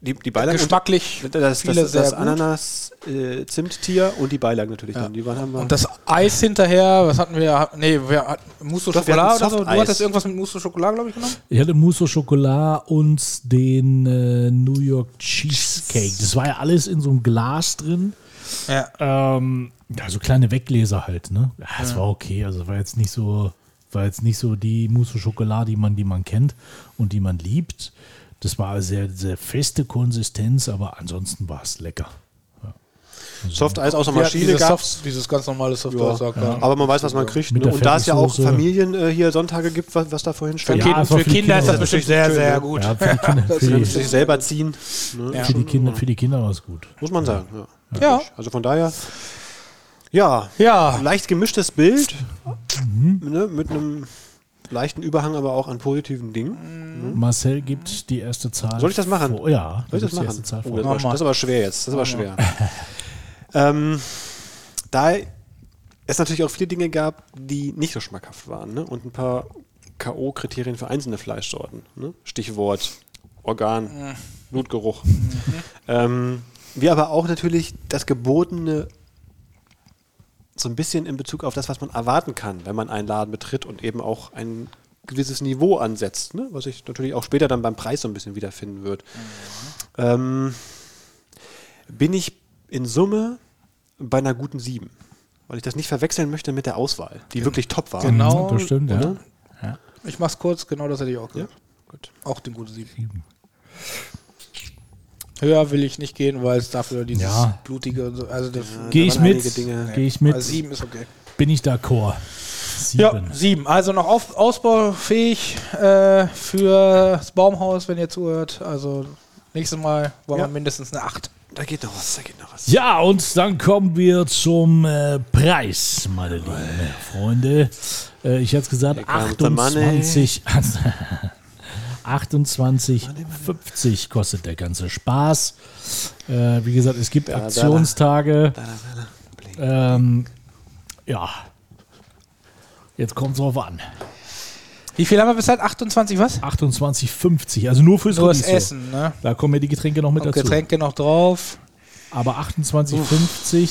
S3: die, die Beilagen und-
S4: geschmacklich,
S3: äh, Das,
S4: viele
S3: das,
S4: sehr
S3: das
S4: gut.
S3: Ananas-Zimttier und die Beilagen natürlich. Dann. Die waren, haben wir
S4: Und das Eis hinterher, was hatten wir? Nee, wir hatten Mousse au
S3: Doch, wir hatten
S4: Chocolat oder so. Du
S3: Softeis.
S4: hattest irgendwas mit Mousse au Chocolat, glaube ich, genommen?
S2: Ich hatte Mousse au Chocolat und den äh, New York Cheesecake. Das war ja alles in so einem Glas drin.
S4: Ja.
S2: Ähm, ja, so kleine Weggläser halt, ne? Ja, es war okay, also war jetzt nicht so, war jetzt nicht so die Mousse au Chocolat, die man, die man kennt und die man liebt. Das war sehr, sehr feste Konsistenz, aber ansonsten war es lecker.
S3: Soft-Eis aus der
S4: Wir hatten
S3: Maschine
S4: dieses,
S3: gab
S4: Soft, dieses ganz normale Soft
S3: ja. Aber man weiß, was man kriegt.
S2: Mit
S3: Ne?
S2: der
S3: Und da es ja auch
S2: Fertigsoße.
S3: Familien äh, hier Sonntage gibt, was, was da vorhin
S4: Für,
S3: stand,
S2: Ja,
S4: Kinder-
S2: es war
S4: für
S2: für die
S4: Kinder ist
S2: Kinder
S4: das bestimmt sehr, sehr gut.
S2: Ja, für die
S3: (laughs)
S2: Kinder, für
S3: die
S2: die,
S3: sich selber ziehen, ne?
S2: für die Kinder, für die Kinder war es gut.
S3: muss man sagen. Ja.
S4: Ja.
S3: Also von daher, ja,
S4: Ja.
S3: leicht gemischtes Bild ne? mit einem leichten Überhang, aber auch an positiven Dingen.
S2: Marcel gibt die erste Zahl.
S3: Mhm. Soll ich das machen?
S2: Vor. Ja,
S3: Soll ich das
S2: du gibst die erste Zahl
S3: machen? Oh,
S2: vor.
S3: das, war,
S4: Mach mal.
S3: das ist aber schwer jetzt. Das ist aber schwer. (laughs) ähm, da es natürlich auch viele Dinge gab, die nicht so schmackhaft waren ne? und ein paar K.O.-Kriterien für einzelne Fleischsorten. Ne? Stichwort Organ, Blutgeruch. ähm, wir aber auch natürlich das Gebotene so ein bisschen in Bezug auf das, was man erwarten kann, wenn man einen Laden betritt und eben auch ein gewisses Niveau ansetzt, ne? was sich natürlich auch später dann beim Preis so ein bisschen wiederfinden wird. Ähm, bin ich in Summe bei einer guten 7, weil ich das nicht verwechseln möchte mit der Auswahl, die wirklich top war.
S4: Genau.
S2: Mhm, Das stimmt, ja.
S3: Oder?
S4: Ich mach's kurz, genau das hätte ich auch gesagt.
S3: Gut.
S4: Auch den guten Sieben. Höher will ich nicht gehen, weil es dafür dieses
S2: Ja.
S4: blutige und so. Also das,
S2: Gehe ich
S3: waren
S2: mit,
S3: einige Dinge.
S2: gehe ich mit,
S4: also sieben ist okay.
S2: bin ich d'accord.
S4: Ja,
S2: Sieben.
S4: sieben. Also noch auf, ausbaufähig äh, fürs Baumhaus, wenn ihr zuhört. Also nächstes Mal wollen
S3: Ja.
S4: wir mindestens eine acht.
S3: Da geht noch was, da geht noch was.
S2: Ja, und dann kommen wir zum äh, Preis, meine lieben Freunde. Äh, ich hatte es gesagt,
S3: comes the money.
S2: 28. (laughs) 28,50 kostet der ganze Spaß. Äh, wie gesagt, es gibt
S3: da, da.
S2: Aktionstage. Ähm, ja. Jetzt kommt es drauf an.
S4: Wie viel haben wir bis halt? 28 was?
S2: 28,50, also nur fürs
S4: Nur das
S2: Rodizio.
S4: Essen, ne?
S2: Da kommen ja die Getränke noch mit
S4: Und
S2: dazu.
S4: Getränke noch drauf.
S2: Aber 28,50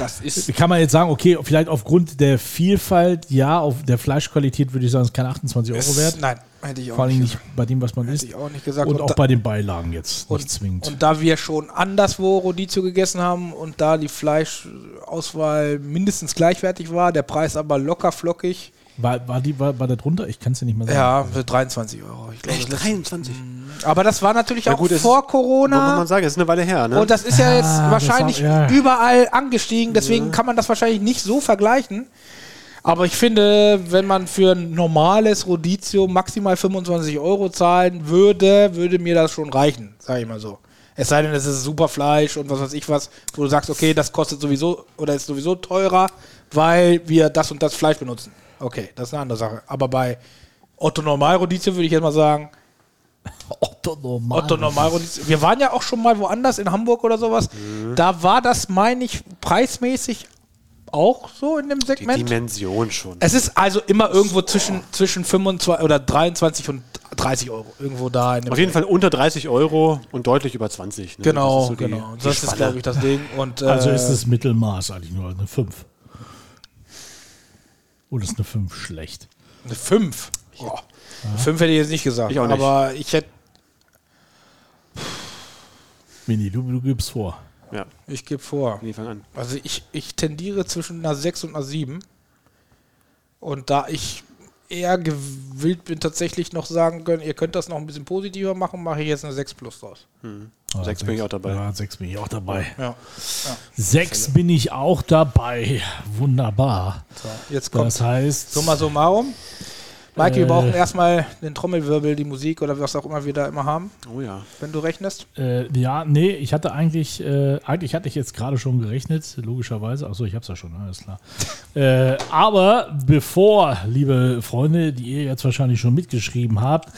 S4: Das ist
S2: kann man jetzt sagen, okay, vielleicht aufgrund der Vielfalt, ja, auf der Fleischqualität würde ich sagen, es ist kein 28 Euro wert.
S4: Nein, hätte ich auch
S2: Vor allem
S4: nicht.
S2: nicht bei dem, was man isst.
S4: ich auch nicht gesagt.
S2: Und
S4: Und
S2: auch
S4: da-
S2: bei den Beilagen jetzt, nicht zwingend.
S4: Und da wir schon anderswo Rodizio gegessen haben und da die Fleischauswahl mindestens gleichwertig war, der Preis aber locker flockig,
S2: War, war, die, war, war da drunter? Ich kann es dir nicht mehr sagen.
S4: Ja, für 23 Euro. Ich glaube,
S3: Echt,
S4: das-
S3: 23.
S4: aber das war natürlich
S3: Ja,
S4: auch
S3: gut, es
S4: vor
S3: ist- Wollte man
S4: Corona.
S3: sagen, das ist eine Weile her, ne?
S4: Und das ist ja jetzt
S2: Ah, das
S4: wahrscheinlich
S2: war- ja.
S4: überall angestiegen, deswegen kann man das wahrscheinlich nicht so vergleichen. Aber ich finde, wenn man für ein normales Rodizio maximal 25 Euro zahlen würde, würde mir das schon reichen, sage ich mal so. Es sei denn, es ist Superfleisch und was weiß ich was, wo du sagst, okay, das kostet sowieso oder ist sowieso teurer, weil wir das und das Fleisch benutzen. Okay, das ist eine andere Sache. Aber bei Otto Normal Rodizio würde ich jetzt mal sagen,
S2: Otto normal.
S4: Otto Normalo. Wir waren ja auch schon mal woanders in Hamburg oder sowas.
S3: Mhm.
S4: Da war das, meine ich, preismäßig auch so in dem
S3: die
S4: Segment.
S3: Dimension schon.
S4: es ist also immer irgendwo zwischen, zwischen 25 oder 23 und 30 Euro. Irgendwo da in dem
S3: Auf jeden Fall unter 30 Euro und deutlich über 20. Ne?
S4: Genau,
S3: Das ist so die-
S4: genau.
S3: die
S4: Das ist,
S3: Spanne.
S4: glaube ich, das Ding.
S3: (laughs)
S4: Und, äh,
S2: Also ist das Mittelmaß eigentlich nur eine 5. Oder ist eine 5 schlecht?
S4: eine 5. Boah. Eine 5 hätte ich jetzt nicht gesagt.
S3: Ich auch nicht.
S4: Aber ich hätte.
S2: Mini, du, du gibst vor.
S3: Ja,
S4: Ich gebe vor.
S3: wir fangen an.
S4: Also ich, ich tendiere zwischen einer 6 und einer 7. Und da ich eher gewillt bin, tatsächlich noch sagen können, ihr könnt das noch ein bisschen positiver machen, mache ich jetzt eine 6 plus draus.
S2: Ah,
S3: Sechs bin ich auch dabei.
S2: Ja, 6 bin ich auch dabei.
S4: Ja.
S2: 6 bin ich auch dabei. Wunderbar.
S4: So, jetzt kommt
S2: Das heißt,
S4: summa summarum. Mike, wir
S2: Äh.
S4: brauchen erstmal den Trommelwirbel, die Musik oder was auch immer wir da immer haben,
S3: Oh ja.
S4: wenn du rechnest.
S2: äh, ja, nee, ich hatte eigentlich, äh, eigentlich hatte ich jetzt gerade schon gerechnet, logischerweise. Achso, ich hab's ja schon, alles
S4: (laughs)
S2: klar. äh, aber bevor, liebe Freunde, die ihr jetzt wahrscheinlich schon mitgeschrieben habt,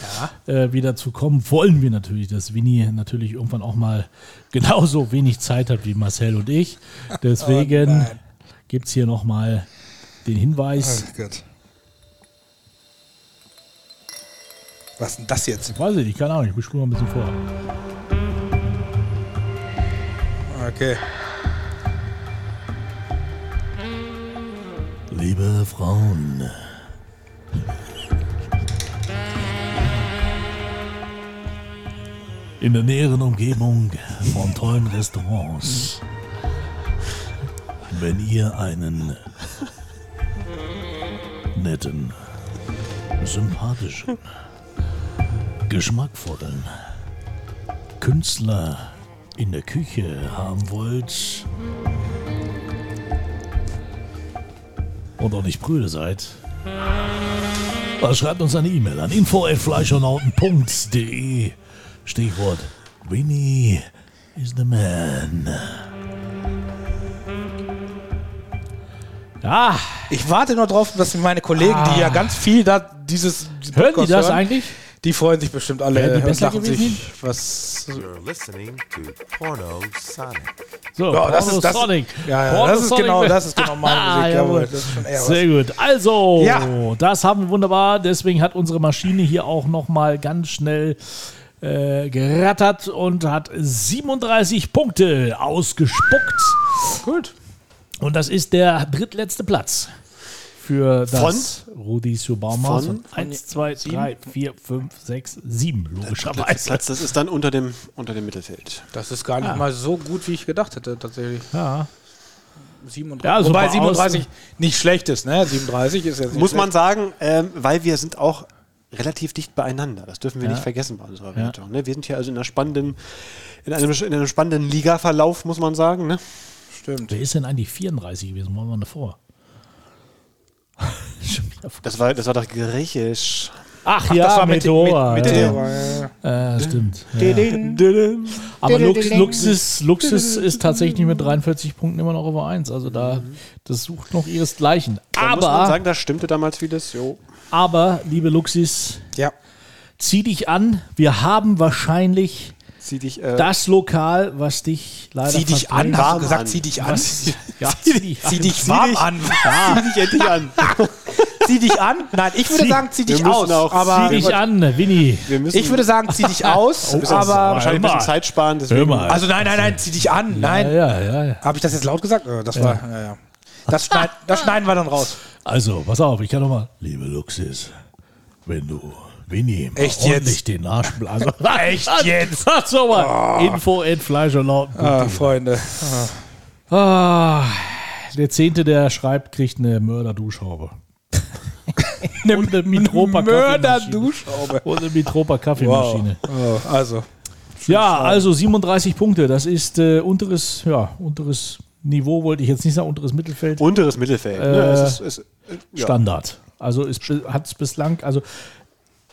S2: äh, wieder zu kommen, wollen wir natürlich, dass Winnie natürlich irgendwann auch mal (laughs) genauso wenig Zeit hat wie Marcel und ich.
S4: Oh
S2: Deswegen
S4: nein.
S2: gibt's hier nochmal den Hinweis.
S4: Oh Gott. Was denn das jetzt?
S2: Weiß ich nicht, keine Ahnung, ich spule mal ein bisschen vor.
S4: Okay.
S2: Liebe Frauen. In der näheren Umgebung von tollen Restaurants. Wenn ihr einen netten, sympathischen, geschmackvollen Künstler in der Küche haben wollt, und auch nicht prüde seid, dann schreibt uns eine E-Mail an info.fleischonauten.de. Stichwort Winnie is the man. Ja,
S4: Ich warte nur drauf, dass meine Kollegen, die ja ganz viel da dieses
S2: Ah. hören die
S4: Podcast
S2: das eigentlich?
S4: Die freuen sich bestimmt alle.
S2: Wären die
S4: und
S2: besser
S4: lachen
S2: gewesen?
S4: sich, was
S5: You're listening to Porno Sonic.
S2: So,
S4: Ja, das
S2: Porno
S4: ist- das-
S2: Sonic.
S4: Ja, ja,
S2: Porno
S4: das ist
S2: Sonic.
S4: genau- das ist
S2: (laughs)
S4: genau meine
S2: Ah,
S4: Musik, jawohl.
S2: jawohl.
S4: Das ist schon eher was.
S2: Sehr gut. Also,
S4: Ja.
S2: das haben wir wunderbar. Deswegen hat unsere Maschine hier auch nochmal ganz schnell äh, gerattert und hat 37 Punkte ausgespuckt.
S4: gut.
S2: Und das ist der drittletzte Platz für das Rudisio Baumaß.
S3: Von?
S2: Von 1, 2, 3, 4, 5, 6, 7,
S3: Letzter
S2: logischerweise.
S3: Platz, das ist dann unter dem, unter dem Mittelfeld.
S4: Das ist gar nicht mal so gut, wie ich gedacht hätte, tatsächlich.
S2: Ja.
S4: 37.
S2: Ja, super
S4: Wobei
S2: aus-
S4: 37 nicht schlecht ist, ne? 37 ist jetzt nicht
S3: Muss man
S4: schlecht.
S3: sagen, ähm, weil wir sind auch relativ dicht beieinander. Das dürfen wir nicht vergessen bei unserer Wertung. Ne? Wir sind hier also in einer spannenden, in einem, in einem spannenden Ligaverlauf, muss man sagen. Ne?
S4: Stimmt.
S2: Wer ist denn eigentlich 34 gewesen? Wollen wir mal davor? Schon wieder vergessen.
S3: Das war, das war doch griechisch.
S2: Ach, ja,
S4: das war mit-
S2: Meteora.
S4: mit
S2: ja.
S4: der- ja.
S2: Ja, stimmt. Aber Lux, Luxus, Luxus ist tatsächlich mit 43 Punkten immer noch über 1. Also da, das sucht noch ihresgleichen.
S3: Da muss man
S2: Aber,
S3: sagen, da stimmte damals vieles. Jo.
S2: aber, liebe Luxis,
S4: ja.
S2: zieh dich an. Wir haben wahrscheinlich
S3: Zieh dich, äh,
S2: das Lokal, was dich leider
S4: Zieh dich an,
S2: verbrennt.
S4: hast du
S3: warm
S4: gesagt,
S3: an.
S4: zieh dich an.
S2: Was? Ja, zieh dich an.
S4: Zieh dich warm an.
S3: zieh dich endlich an.
S4: zieh dich an? Nein, ich würde
S2: Zieh-
S4: sagen, zieh
S3: Wir
S4: dich
S3: müssen
S4: aus.
S3: auch-
S4: aber
S2: Zieh dich an, Winnie.
S3: Wir müssen
S4: ich würde sagen, zieh dich aus.
S3: müssen uns
S4: aber
S3: wahrscheinlich ein
S2: Hör
S3: bisschen
S2: mal.
S3: Zeit sparen.
S2: Hör
S3: Deswegen
S2: mal.
S4: also nein, nein, nein, zieh dich an. Nein,
S2: ja, ja, ja, ja.
S4: Habe ich das jetzt laut gesagt? Äh, Das war. Ja, ja. Das, schneid, das schneiden wir
S2: (laughs)
S4: dann raus.
S2: Also, pass auf, ich kann noch mal. Liebe Luxis, wenn du Winnie mal
S4: Echt
S2: ordentlich
S4: jetzt?
S2: den Arsch blasen.
S4: (laughs) Echt jetzt? Oh.
S2: Sag so mal. Info at Fleisch und Lauten.
S4: Äh, Freunde. (laughs)
S2: Ah, der Zehnte, der schreibt, kriegt eine Mörderduschhaube. Eine und eine Mitropa Kaffeemaschine.
S4: Mörderduschraube.
S2: Und eine Mitropa Kaffeemaschine.
S4: Wow. Oh, also,
S2: Ja, also 37 Punkte. Das ist äh, unteres, ja, unteres Niveau, wollte ich jetzt nicht sagen, unteres Mittelfeld.
S3: Unteres Mittelfeld. ne?
S2: Äh,
S3: es ist, es, äh, ja.
S2: Standard. Also es hat es bislang, also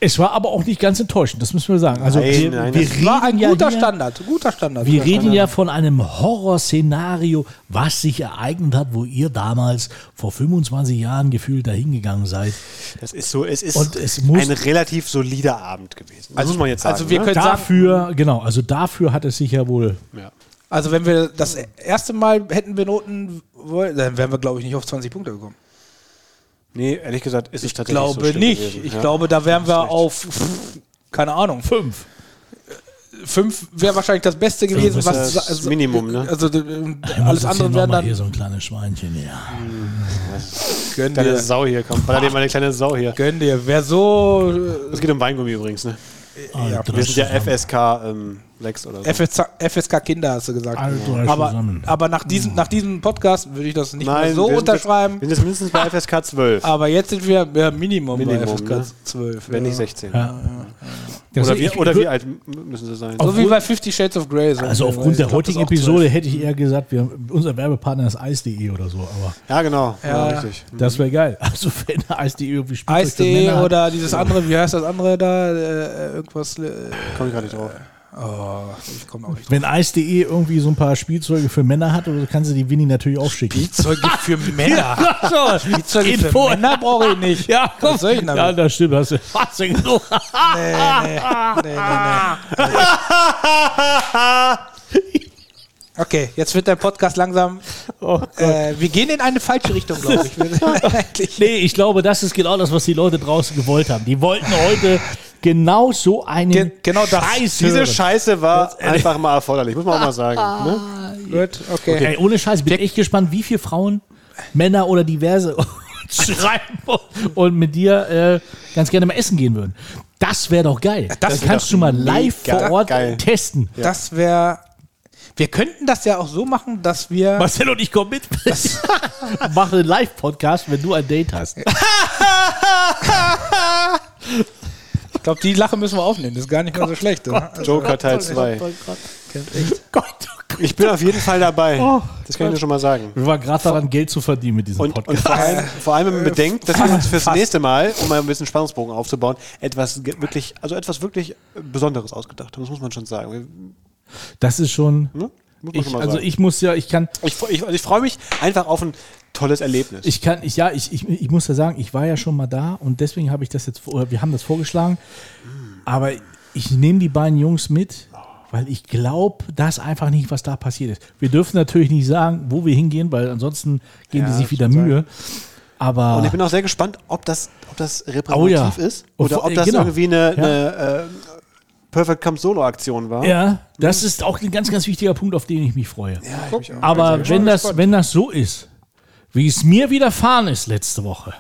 S2: es war aber auch nicht ganz enttäuschend, das müssen wir sagen. Also
S3: Nein,
S2: wir,
S3: nein,
S2: wir
S3: das
S2: reden
S4: war ein
S2: ja
S4: guter
S2: hier,
S4: Standard, guter Standard.
S2: Wir
S4: guter
S2: reden
S4: Standard.
S2: ja von einem Horrorszenario, was sich ereignet hat, wo ihr damals vor 25 Jahren gefühlt dahingegangen seid.
S3: Das ist so, es ist
S2: Und es muss-
S3: ein relativ solider Abend gewesen. Das also, muss man jetzt sagen.
S4: also wir
S3: ne?
S4: können sagen,
S2: Dafür, genau, also dafür hat es sich ja wohl
S3: ja.
S4: also wenn wir das erste Mal hätten benoten wollen, dann wären wir, glaube ich, nicht auf 20 Punkte gekommen.
S3: Nee, ehrlich gesagt, ist es
S4: Ich
S3: tatsächlich so
S4: glaube
S3: schlimm
S4: nicht.
S3: Gewesen.
S4: Ich
S3: ja.
S4: glaube, da wären
S3: hast
S4: wir
S3: recht.
S4: auf, keine Ahnung,
S2: fünf.
S4: fünf wäre wahrscheinlich das Beste gewesen.
S2: ist
S4: was,
S3: das Minimum, ne?
S4: Also äh, alles andere wären dann.
S2: hier so ein kleines Schweinchen, ja.
S4: Gönn
S3: Kleine Sau hier, komm. Baller dir mal eine kleine Sau hier.
S4: Gönn dir. Wer so äh,
S3: Es geht um Weingummi übrigens, ne?
S2: Alter,
S3: Wir sind ja
S2: zusammen.
S3: FSK ähm, 6 oder so.
S4: äh, FSK, FSK Kinder hast du gesagt.
S2: Alter,
S4: aber
S2: zusammen.
S4: aber nach, diesem, nach diesem Podcast würde ich das nicht mehr so
S3: wir sind
S4: unterschreiben.
S3: Jetzt, wir sind jetzt mindestens bei FSK 12,
S4: aber jetzt sind wir ja, Minimum, bei
S3: Minimum,
S4: FSK
S3: ne?
S4: 12.
S3: wenn
S4: ja.
S3: nicht 16.
S2: Das-
S3: Oder, wie,
S2: ich-
S3: oder wie alt m- müssen sie sein?
S4: So wie bei 50 Shades of Grey. so
S2: Also
S4: ungefähr.
S2: aufgrund der
S4: Ich glaub, das
S2: heutigen
S4: ist auch
S2: Episode
S4: 12.
S2: hätte ich eher gesagt, wir, unser Werbepartner ist Eis.de oder so, aber
S3: Ja, genau. Ja.
S4: Ja.
S3: richtig.
S2: das wäre geil. (laughs) Also wenn Eis.de irgendwie spielt.
S4: Eis.de E oder dieses andere, wie heißt das andere da? Äh, irgendwas. Äh,
S3: Komme ich gerade nicht drauf.
S4: oh, ich komme auch nicht
S2: Wenn Eis.de irgendwie so ein paar Spielzeuge für Männer hat, oder so, kann sie die Winnie natürlich auch schicken.
S4: Spielzeuge (laughs) für Männer. Spielzeuge für
S2: Info.
S4: Männer brauche ich nicht.
S2: (laughs) (laughs) Ja,
S4: Was soll ich denn damit?
S2: ja, ne. das stimmt. Hast du, hast du genug.
S4: Nee, nee, nee. Okay, jetzt wird der Podcast langsam.
S2: Oh.
S4: äh, wir gehen in eine falsche Richtung, glaube ich.
S2: (laughs)
S4: Wir sind (laughs) eigentlich-
S2: Nee, ich glaube, das ist genau das, was die Leute draußen gewollt haben. Die wollten heute genau so einen
S4: Ge- genau das.
S2: Scheiß
S3: Diese
S2: hören.
S3: Scheiße war einfach mal erforderlich, muss man auch mal sagen. Ne?
S4: Gut, okay.
S2: Ey, ohne Scheiß, bin echt gespannt, wie viele Frauen, Männer oder diverse (laughs) schreiben und mit dir äh, ganz gerne mal essen gehen würden. Das wäre doch geil. Das,
S4: das wär
S2: kannst du mal live
S3: mega
S2: vor Ort
S3: geil.
S2: testen.
S4: Das wäre. Wir könnten das ja auch so machen, dass wir.
S2: Marcel und ich kommen mit. (laughs) Mach einen Live-Podcast, wenn du ein Date hast.
S4: Ich glaube, die Lache müssen wir aufnehmen. Das ist gar nicht mal so schlecht. oder?
S3: Joker Teil 2.
S2: Gott, oh Gott.
S3: Ich bin auf jeden Fall dabei. Das kann ich dir schon mal sagen.
S2: Wir waren gerade daran, Geld zu verdienen mit diesem
S3: Und, und
S2: Podcast.
S3: vor, allem, vor allem, wenn man bedenkt, dass wir uns fürs nächste Mal, um mal ein bisschen Spannungsbogen aufzubauen, etwas ge- wirklich, also etwas wirklich Besonderes ausgedacht haben. Das muss man schon sagen. Wir-
S2: Das ist schon.
S3: Ne? Muss man
S2: Ich,
S3: schon mal
S2: also
S3: sagen.
S2: ich muss ja, ich kann,
S3: Ich, freu- ich, also ich freue mich einfach auf ein tolles Erlebnis.
S2: Ich kann, ich, ja, ich, ich, ich muss ja sagen, ich war ja schon mal da und deswegen habe ich das jetzt, oder wir haben das vorgeschlagen. Aber ich nehme die beiden Jungs mit, weil ich glaube, das einfach nicht, was da passiert ist. Wir dürfen natürlich nicht sagen, wo wir hingehen, weil ansonsten geben
S3: Ja,
S2: die sich
S3: das
S2: wieder
S3: kann sein.
S2: Mühe. Aber
S3: und ich bin auch sehr gespannt, ob das, ob das
S2: ah. Oh ja.
S3: repräsentativ ist
S2: Und
S3: oder
S2: vor-
S3: ob das
S2: genau.
S3: irgendwie eine,
S2: Ja.
S3: eine äh, Perfect Camp Solo Aktion war.
S2: ja, das ist auch ein ganz, ganz wichtiger Punkt, auf den ich mich freue.
S3: Ja, ich mich auch.
S2: Aber wenn das, wenn das so ist, wie es mir widerfahren ist letzte Woche,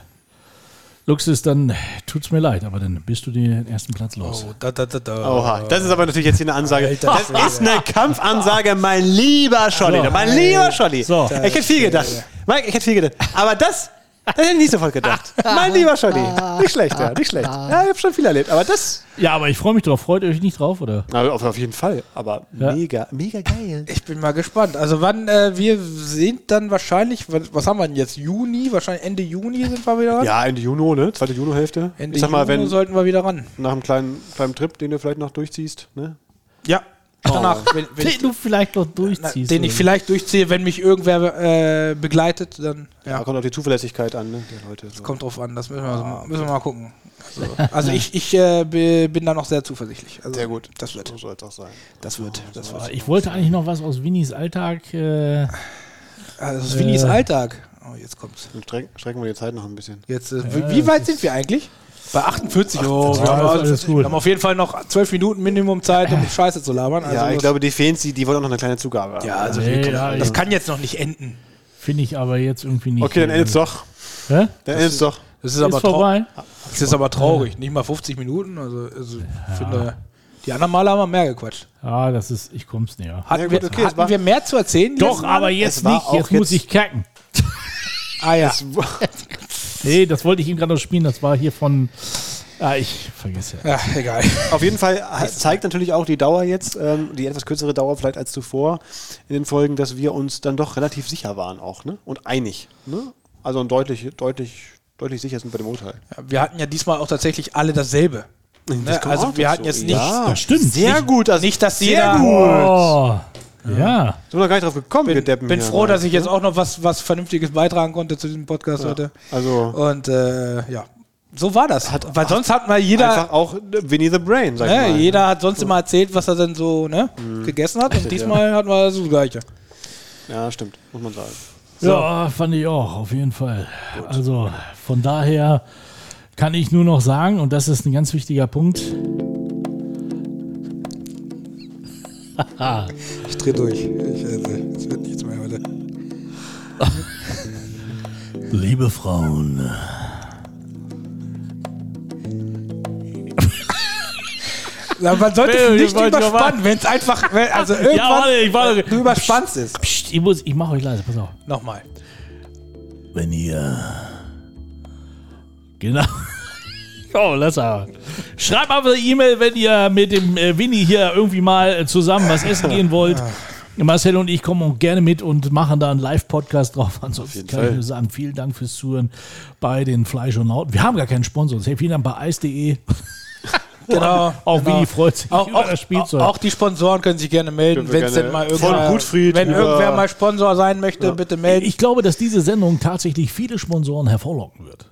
S2: Luxus, dann tut's mir leid, aber dann bist du den ersten Platz los.
S4: Oh, da, da, da, da.
S3: Oha, das ist aber natürlich jetzt hier eine Ansage.
S4: Alter
S3: das
S4: Schwede.
S3: ist eine Kampfansage, mein lieber Scholli.
S2: So.
S3: mein lieber Scholli.
S2: So.
S3: Ich hätte viel gedacht. Mike, ich hätte viel gedacht. Aber das, das hätte ich nicht sofort gedacht. Mein lieber Scholli. Nicht schlecht, ja, nicht schlecht. Ja, ich habe schon viel erlebt. Aber das.
S2: Ja, aber ich freue mich drauf. Freut ihr euch nicht drauf, oder?
S3: Na, auf, auf jeden Fall. Aber mega, mega geil.
S4: Ich bin mal gespannt. Also wann äh, wir sind dann wahrscheinlich, was, was haben wir denn jetzt? Juni? Wahrscheinlich Ende Juni sind wir wieder ran.
S3: Ja, Ende Juni, ne? Zweite Juni-Hälfte.
S4: Ende
S3: Ich sag mal,
S4: Juni
S3: wenn
S4: sollten wir wieder ran.
S3: nach einem kleinen, kleinen Trip, den du vielleicht noch durchziehst, ne?
S4: Ja. Danach,
S3: Oh,
S4: wenn, wenn ich,
S2: du vielleicht noch
S4: na,
S2: durchziehst.
S4: den ich vielleicht durchziehe, wenn mich irgendwer äh, begleitet, dann
S3: Da
S4: ja,
S3: kommt auch die Zuverlässigkeit an, ne? Der Leute. So.
S4: kommt drauf an. Das müssen wir, so
S3: Ah,
S4: mal- müssen wir mal gucken.
S3: (laughs)
S4: Also, also ich, ich äh, be- bin da noch sehr zuversichtlich. Also,
S3: Sehr gut.
S4: Das wird.
S3: So soll es auch sein.
S4: Das wird. Das wird.
S2: Aber ich wollte eigentlich noch was aus Winnies Alltag. Äh,
S4: Also das ist Winnies
S2: Äh.
S4: Alltag. Oh, jetzt kommt's.
S3: Dann strecken, strecken wir die Zeit noch ein bisschen.
S4: Jetzt, äh, wie- wie weit sind wir eigentlich? Bei 48. Oh,
S2: Ja, das
S4: wir, haben,
S2: ist
S4: also-
S2: alles gut.
S4: wir haben auf jeden Fall noch 12 Minuten Minimum Zeit, um Scheiße zu labern. Also
S3: ja, ich
S4: das-
S3: glaube, die Fans, die, die wollen auch noch eine kleine Zugabe. haben.
S4: ja, also
S2: Nee,
S4: wir kommen-
S2: ja,
S4: das
S2: ja.
S4: kann jetzt noch nicht enden.
S2: Finde ich aber jetzt irgendwie nicht. Äh,
S3: Okay, dann endet's doch.
S2: Hä?
S3: Dann endet's doch.
S4: Das ist, aber
S2: ist
S4: trau-
S2: vorbei.
S4: das ist aber traurig. Nicht mal 50 Minuten. Also, also ich finde, die anderen Male haben wir mehr gequatscht.
S2: Ja, das ist, ich komm's näher.
S4: Hatten,
S3: Ja, gut,
S4: wir,
S3: okay, es war-
S4: hatten wir mehr zu erzählen? die
S2: Doch,
S4: letzten Male?
S2: aber jetzt
S3: war
S2: nicht.
S3: auch
S2: Jetzt muss
S3: jetzt-
S2: ich kacken.
S4: Ah ja.
S2: Nee, das wollte ich ihm gerade noch spielen. Das war hier von. Ah, ich vergesse.
S4: Ja, egal. (laughs)
S3: Auf jeden Fall he- zeigt natürlich auch die Dauer jetzt, ähm, die etwas kürzere Dauer vielleicht als zuvor in den Folgen, dass wir uns dann doch relativ sicher waren auch ne? und einig. Ne? Also ein deutlich, deutlich, deutlich sicher sind bei dem Urteil.
S4: Wir hatten ja diesmal auch tatsächlich alle dasselbe. Ne?
S3: kommt auch
S4: Also wir
S3: dazu.
S4: hatten jetzt nicht,
S3: Ja.
S2: Ja, stimmt.
S3: Sehr gut. Also
S4: nicht dass
S3: sehr
S4: jeder...
S2: Oh, ja.
S3: Sind wir noch gar nicht drauf gekommen, wir Deppen
S4: bin, bin
S3: hier. ne?
S4: froh, dass ich jetzt auch noch was, was Vernünftiges beitragen konnte zu diesem Podcast heute.
S3: also-
S4: Und äh, ja, so war das. Weil sonst hat mal jeder,
S3: Einfach auch äh, Winnie the Brain, sag ich
S4: ne,
S3: mal.
S4: jeder hat sonst immer erzählt, was er denn so ne, gegessen hat. Und diesmal hatten wir das Gleiche.
S3: Ja, stimmt, muss man sagen.
S2: Ja, fand ich auch, auf jeden Fall. Also von daher kann ich nur noch sagen, und das ist ein ganz wichtiger Punkt.
S4: Ich drehe durch. Es wird nichts mehr heute.
S2: Liebe Frauen.
S4: man sollte
S2: Nee,
S4: es
S2: ich
S4: nicht
S2: wollte nur
S4: überspannen, wenn es einfach, wenn, also irgendwann
S2: warte, ich warte.
S4: du überspannst es.
S2: Psst, ich, muss, ich mach euch leise, pass auf.
S4: Nochmal.
S2: Wenn ihr. Genau. (laughs) Oh, lass aber. Schreibt einfach eine E-Mail, wenn ihr mit dem äh, Winnie hier irgendwie mal äh, zusammen was essen gehen wollt. Marcel und ich kommen auch gerne mit und machen da einen Live-Podcast drauf. Ansonsten kann ich nur sagen, vielen Dank fürs Zuhören bei den Fleisch und Haut. Wir haben gar keinen Sponsor. Hey, vielen Dank bei eis.de.
S4: Genau.
S2: Auch
S4: genau.
S2: Winnie freut sich
S4: Auch,
S2: über
S4: auch,
S2: das Spielzeug.
S4: auch die Sponsoren können sich gerne melden,
S3: Dürfen
S4: wenn
S3: wir
S4: es
S3: gerne
S4: denn mal
S3: von
S4: irgendwer,
S3: Gutfried
S4: wenn
S3: über-
S4: irgendwer mal Sponsor sein möchte, bitte melden.
S2: ich glaube, dass diese Sendung tatsächlich viele Sponsoren hervorlocken wird.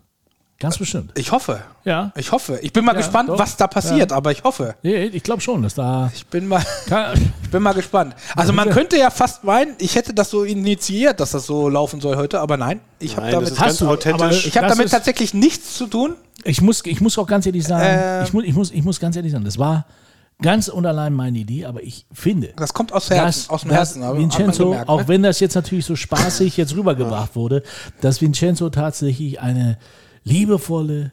S2: Ganz bestimmt.
S4: Ich hoffe.
S2: Ja.
S4: Ich hoffe. Ich bin mal
S2: Ja,
S4: gespannt,
S2: doch.
S4: was da passiert, aber ich hoffe.
S2: Nee, Ich glaube schon, dass da.
S4: Ich bin mal,
S2: Kann,
S4: (laughs) ich bin mal gespannt. Also man könnte ja fast meinen, ich hätte das so initiiert, dass das so laufen soll heute, aber nein, ich habe
S3: Nein, das
S4: damit,
S3: ist
S2: Hast
S3: ganz
S2: du,
S3: authentisch.
S4: ich hab
S2: das
S4: damit
S2: ist-
S4: tatsächlich nichts zu tun.
S2: Ich muss, ich muss auch ganz ehrlich sagen,
S4: Äh.
S2: ich, muss, ich, muss, ich muss ganz ehrlich sagen, das war ganz und allein meine Idee, aber ich finde,
S4: Das kommt aus, Herzen,
S2: dass,
S4: aus dem
S2: dass
S4: Herzen. aber hat man
S2: Vincenzo,
S4: gemerkt, ne?
S2: auch wenn das jetzt natürlich so spaßig jetzt rübergebracht wurde, dass Vincenzo tatsächlich eine liebevolle,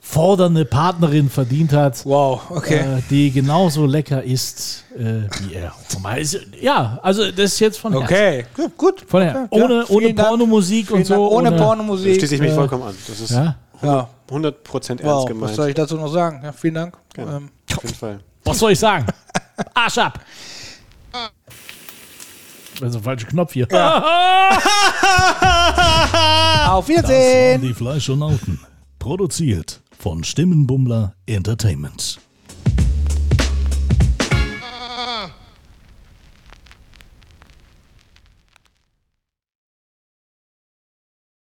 S2: fordernde Partnerin verdient hat.
S4: Wow, okay.
S2: Äh, die genauso lecker ist äh, wie er. Also, Ja, also das ist jetzt von Herzen.
S4: okay, gut. gut.
S2: Von Herzen.
S4: Ja,
S2: Ohne, ohne
S4: vielen Dank.
S2: Pornomusik und
S4: Vielen Dank.
S2: so.
S4: Ohne Pornomusik.
S3: Schließe ich mich vollkommen an. Das ist
S2: Ja?
S3: 100% ernst
S4: Wow, was
S3: gemeint.
S4: soll ich dazu noch sagen? Ja, vielen Dank. Ähm, (laughs)
S3: Auf jeden Fall.
S2: Was soll ich sagen? Arsch ab! Also falscher Knopf hier.
S4: auf
S2: Das waren
S4: Wiedersehen.
S2: die Fleischonauten. Produziert von Stimmenbummler Entertainment.